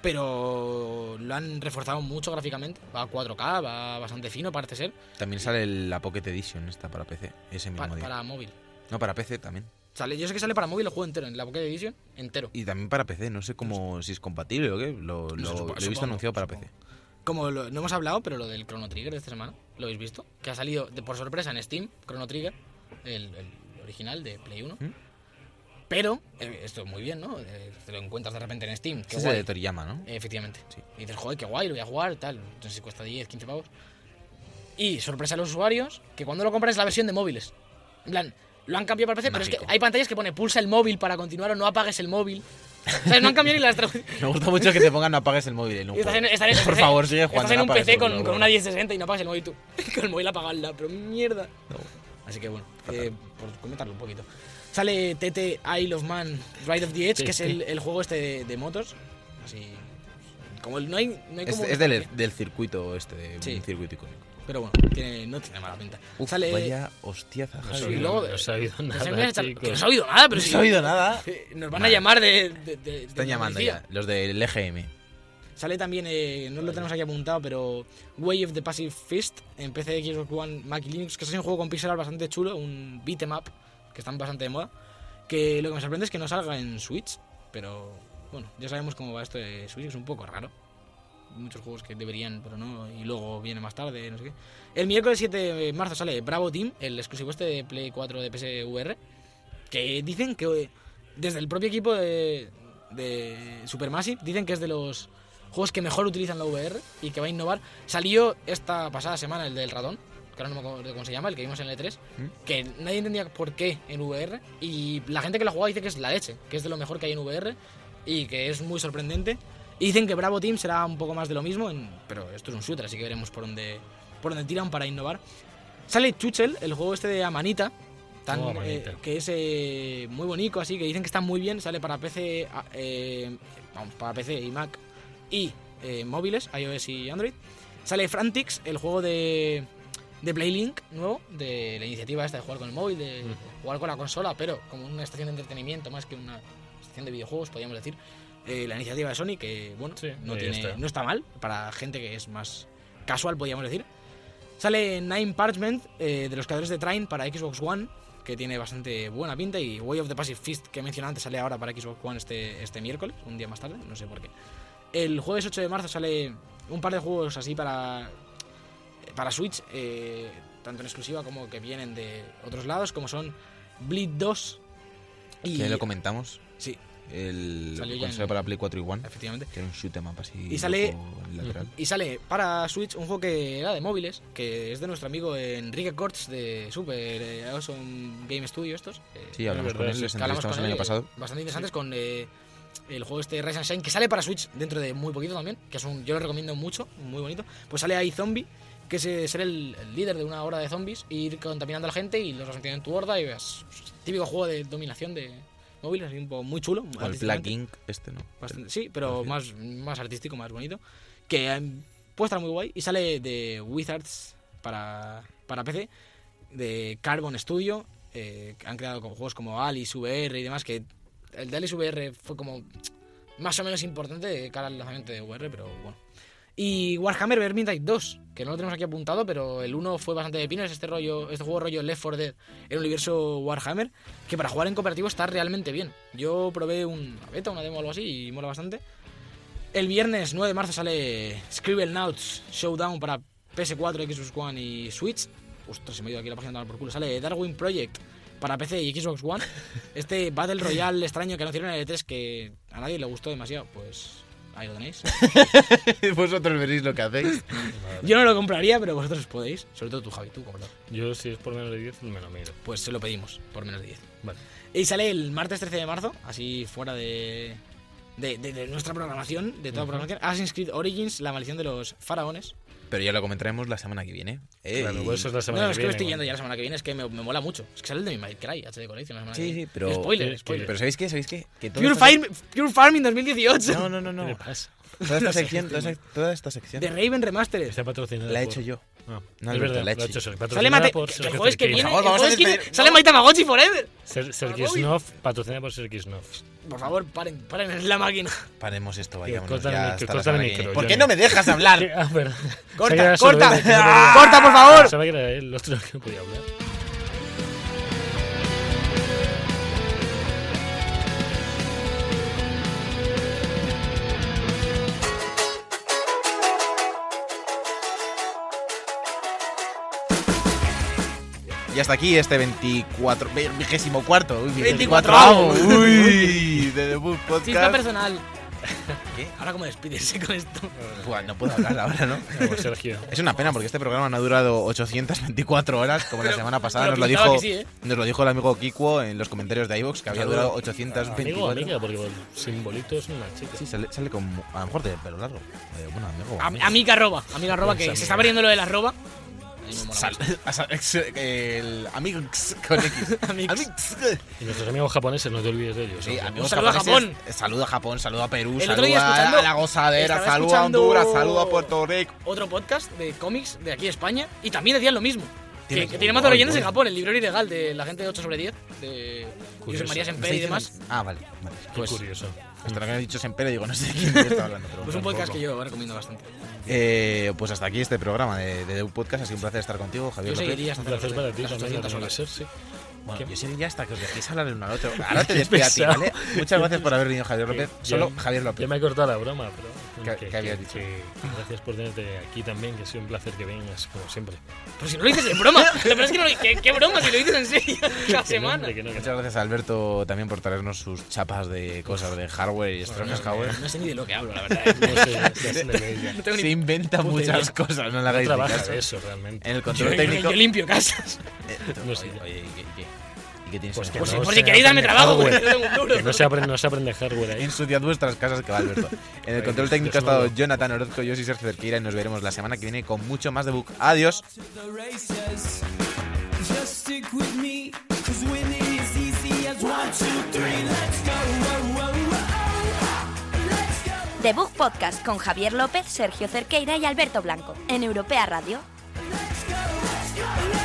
pero lo han reforzado mucho gráficamente. Va a 4K, va bastante fino, parece ser.
También sale la Pocket Edition esta para PC, ese
Pa-
mismo día.
para móvil.
No, para PC también.
Sale, yo sé que sale para móvil el juego entero, en la Pocket Edition entero.
Y también para PC, no sé cómo si es compatible o qué. Lo,
No
lo-
sé, supo-
lo he
supongo,
visto anunciado para
supongo.
PC.
Como lo- no hemos hablado, pero lo del Chrono Trigger de esta semana, ¿lo habéis visto? Que ha salido de, por sorpresa en Steam, Chrono Trigger, el, el original de Play 1.
¿Mm?
Pero, eh, esto muy bien, ¿no? Eh, te lo encuentras de repente en Steam.
Ese
Qué
es el
guay.
de Toriyama, ¿no?
Eh, Efectivamente.
Sí.
Y dices, joder, qué guay, lo voy a jugar, tal. Entonces cuesta 10, 15 pavos. Y sorpresa a los usuarios, que cuando lo compras es la versión de móviles. En plan, lo han cambiado para PC, pero es
Mágico.
que hay pantallas que pone pulsa el móvil para continuar o no apagues el móvil. O sea, no han cambiado ni las traducciones.
Me gusta mucho que te pongan no apagues el móvil en un
Estás en,
juego.
estás en-
Por
estás en-
favor, sigue
estás
jugando.
en
no
un
apagues
PC
el
con,
móvil,
con
no
una
apagues.
1060 y no apagas el móvil tú. con el móvil apagarla, pero mierda.
No.
Así que bueno, eh, por comentarlo un poquito. Sale TT Isle of Man Ride of the Edge, que es el, el juego este de, de motos. Así. Como el- no hay, no hay
Es,
como
es del, del circuito este, de
Sí.
un circuito icónico.
Pero bueno, tiene, no tiene mala pinta.
Uf,
Sale.
vaya hostiaza,
No
Sí,
soy-
Javi.
luego-
no he sabido
Pues
nada,
hay que estar-
chicos.
que no se ha oído nada, pero
No
sí.
se ha oído nada.
Eh, Nos van a
Vale.
llamar de. de- de-
Están
de
llamando
policía.
ya, los del E EGM.
Sale también, eh, no lo tenemos aquí apuntado, pero Way of the Passive Fist en PC, Xbox One, Mac y Linux, que es un juego con pixel art bastante chulo, un beat 'em up, que están bastante de moda. Que lo que me sorprende es que no salga en Switch, pero bueno, ya sabemos cómo va esto de Switch, es un poco raro. Muchos juegos que deberían, pero no, y luego viene más tarde, no sé qué. El miércoles 7 de marzo sale Bravo Team, el exclusivo este de Play 4 de PSVR, que dicen que eh, desde el propio equipo de, de Supermassive dicen que es de los juegos que mejor utilizan la VR y que va a innovar. Salió esta pasada semana el del ratón, que ahora no me acuerdo cómo se llama, el que vimos en el E3,
¿Mm?
que nadie entendía por qué en VR y la gente que lo ha jugado dice que es la leche, que es de lo mejor que hay en VR y que es muy sorprendente. Y dicen que Bravo Team será un poco más de lo mismo, en- pero esto es un shooter, así que veremos por dónde, por dónde tiran para innovar. Sale Chuchel, el juego este de Amanita, tan,
Oh,
eh,
Amanita.
que es eh, muy bonito, así que dicen que está muy bien, sale para PC, a- eh, vamos, para PC y Mac y eh, móviles, iOS y Android. Sale Frantix, el juego de, de Playlink nuevo, de la iniciativa esta de jugar con el móvil, de jugar con la consola, pero como una estación de entretenimiento más que una estación de videojuegos, podríamos decir. Eh, la iniciativa de Sony, que bueno,
Sí,
no,
ahí
tiene,
está.
no está mal para gente que es más casual, podríamos decir. Sale Nine Parchment, eh, de los creadores de Train para Xbox One, que tiene bastante buena pinta, y Way of the Passive Fist, que mencioné antes, sale ahora para Xbox One este, este miércoles, un día más tarde, no sé por qué. El jueves 8 de marzo sale un par de juegos así para, para Switch, eh, tanto en exclusiva como que vienen de otros lados, como son Bleed 2 y...
Que lo comentamos.
sí,
El
Salió ya
consola
en-
para Play 4 y One.
efectivamente.
Que era un shoot 'em up así.
Y sale-
loco, lateral.
Y sale para Switch un juego que era de móviles, que es de nuestro amigo Enrique Corts de Super eh, Awesome Game Studio estos. eh,
Sí, hablamos
verdad,
con él,
sí.
les
que
entrevistamos
hablamos con
el año
él, eh,
pasado.
Bastante interesantes con eh, el juego este Rise and Shine, que sale para Switch dentro de muy poquito también, que es un, yo lo recomiendo mucho, muy bonito. Pues sale ahí Zombie, que es eh, ser el, el líder de una hora de zombies, e ir contaminando a la gente y los mantienen en tu horda y veas. Típico juego de dominación de móviles, así un poco muy chulo.
O el
artísticamente.
Black Ink, este no.
Bastante- sí, pero más, más artístico, más bonito. Que em, puede estar muy guay. Y sale de Wizards para, para PC, de Carbon Studio. eh, que han creado como juegos como Alice VR y demás. Que el de Alice VR fue como más o menos importante de cara al lanzamiento de VR, pero bueno. Y Warhammer Vermintide 2, que no lo tenemos aquí apuntado, pero el 1 fue bastante de pinos, este rollo, este juego rollo Left 4 Dead, el universo Warhammer, que para jugar en cooperativo está realmente bien. Yo probé una beta, una demo o algo así y mola bastante. El viernes 9 de marzo sale Scribblenauts Showdown para PS4, Xbox One y Switch. Ostras, se me ha ido aquí la página de por culo. Sale Darwin Project para PC y Xbox One. Este Battle Royale extraño que anunciaron en el E3 que a nadie le gustó demasiado, pues ahí lo tenéis.
Vosotros veréis lo que hacéis.
Yo no lo compraría, pero vosotros podéis. Sobre todo tú, Javi, tú cómpralo.
Yo, si es por menos de 10, me lo miro.
Pues se lo pedimos, por menos de 10.
Vale.
Y sale el martes 13 de marzo, así fuera de, de, de- de nuestra programación, de toda programación. Assassin's Creed Origins, la maldición de los faraones.
Pero ya lo comentaremos la semana que viene. Eh,
Claro,
y-
pues eso es la
No,
semana
es que me estoy
viene,
yendo ya la semana que viene, es que me, me mola mucho. Es que sale el de mi Man's Cry, HD Collection la semana
Sí,
que
sí,
viene.
pero-
Spoiler,
que-
spoiler.
Pero ¿sabéis qué? ¿Sabéis qué? Que todo
Pure,
esto-
Farm- Pure Farming 2018.
No, no, no,
¿Qué le
no.
pasa?
Toda esta sección, toda, esa- toda esta sección
The Raven Remastered.
Está patrocinado.
la he
por-
hecho yo.
Ah,
No,
es
Alberto,
verdad,
la
la
he
he
hecho
hecho.
yo.
Sale
Sale
patrocinada
Mate,
por
que- que
Sergio
el jueves que
Cerquis.
viene,
favor,
el
vamos a
jueves que
despedir-
viene- sale Maita Magochi Forever.
Ser- Sergio
Por
Snoff, patrocinada por Sergio Snoff.
Por favor, paren, paren en la máquina.
Paremos esto, vayámonos
corta el
ya
micro,
hasta la
corta
semana
el
que viene.
micro,
¿Por
yo
qué
no-
no me dejas hablar?
Ah, perdón. Se
Corta,
queda
corta,
solo él.
corta, por favor.
Pensaba que era él, el otro que no podía hablar.
Y hasta aquí este 24, ve- vigésimo cuarto, uy,
24.
24 uy, de debut
Chista
podcast.
personal.
¿Qué?
Ahora como despídese con esto.
Buah, no puedo hablar ahora, ¿no?
Vamos, Sergio.
Es una pena porque este programa no ha durado 824 horas, como la
Pero-
semana pasada
pero
nos lo,
pintaba
dijo,
que sí, ¿eh?
nos lo dijo el amigo Kikuo en los comentarios de iVoox, que había durado
Amigo,
824.
amiga, porque bueno, simbolitos una chica.
Sí, sale, sale con, a lo mejor de pelo largo. Eh, bueno, amigo.
Am- Amiga arroba. Amiga arroba
Pues
que
amiga.
se está perdiendo lo de la arroba.
Sal-
pues,
asa- ex- el amigo X con X.
Amix.
Amix.
Y nuestros amigos japoneses, no te olvides de ellos.
Sí,
ojo.
amigos
saludo a
japoneses, Saludo a Japón, saludo a Perú,
El otro
saludo
día escuchando-
a la gozadera,
estaba
saludo a Honduras,
escuchando-
saludo a Puerto Rico.
Otro podcast de cómics de aquí de España. Y también decían lo mismo.
Tiene-
Que, que tiene más de
Ay,
leyendas en
bueno.
Japón, el libro ilegal de la gente de 8 sobre 10, de José
Curioso.
María
Me
Semper y demás.
Ah, vale. vale.
Qué
pues-
curioso.
Hasta lo que me has dicho Sempere, digo, no sé de quién está hablando. pero
Pues un
bueno,
podcast que
poco.
yo recomiendo bastante.
Eh, pues hasta aquí este programa de, de Deu Podcast. Ha sido un placer estar contigo, Javier.
Yo
López.
seguiría hasta
Un placer para ti
las
también,
800
como
horas.
ser, sí.
Bueno,
¿Qué?
yo seguiría hasta que os dejéis hablar el uno al otro. Ahora te despido a ti,
pesado.
¿vale? Muchas gracias por haber venido, Javier López.
Que-
Solo
ya-
Javier López.
Ya me he cortado la broma, pero.
¿Qué- qué habías dicho?
gracias por tenerte aquí también, que ha sido un placer que vengas, como siempre.
Pero si no lo dices en broma. La verdad es que no lo- ¿Qué, qué broma si lo dices en serio cada
Que no,
semana.
hombre, que no, que no.
Muchas gracias a Alberto también por traernos sus chapas de cosas de hardware y estrofas hardware.
No sé ni de lo que hablo, la verdad. ¿eh?
No sé, se hacen de ella.
No tengo
Se
ni...
inventa
puta
muchas
idea.
cosas, no le
No
hagáis ni
trabaja
caso.
de eso realmente.
En el
Yo,
control
yo-
técnico. eh,
yo limpio casas.
No sé.
Oye, oye, ¿y qué, qué? ¿Y qué tienes
Pues
que
que
Por si,
no
por
se
si queréis darme
aprende
trabajo, porque no
hardware.
tengo un duro.
Que no se aprende, no se aprende hardware ahí.
Ensuciad vuestras casas que va Alberto. En el control técnico ha estado Jonathan Orozco, yo soy Sergio Cerqueira y nos veremos la semana que viene con mucho más de Book. Adiós.
to the races. Just stick with me, cause winning is easy as one, two, three, let's go. Whoa, whoa, whoa. Let's go.
The Book Podcast con Javier López, Sergio Cerqueira y Alberto Blanco en Europea Radio.
Let's go, let's go, let's go.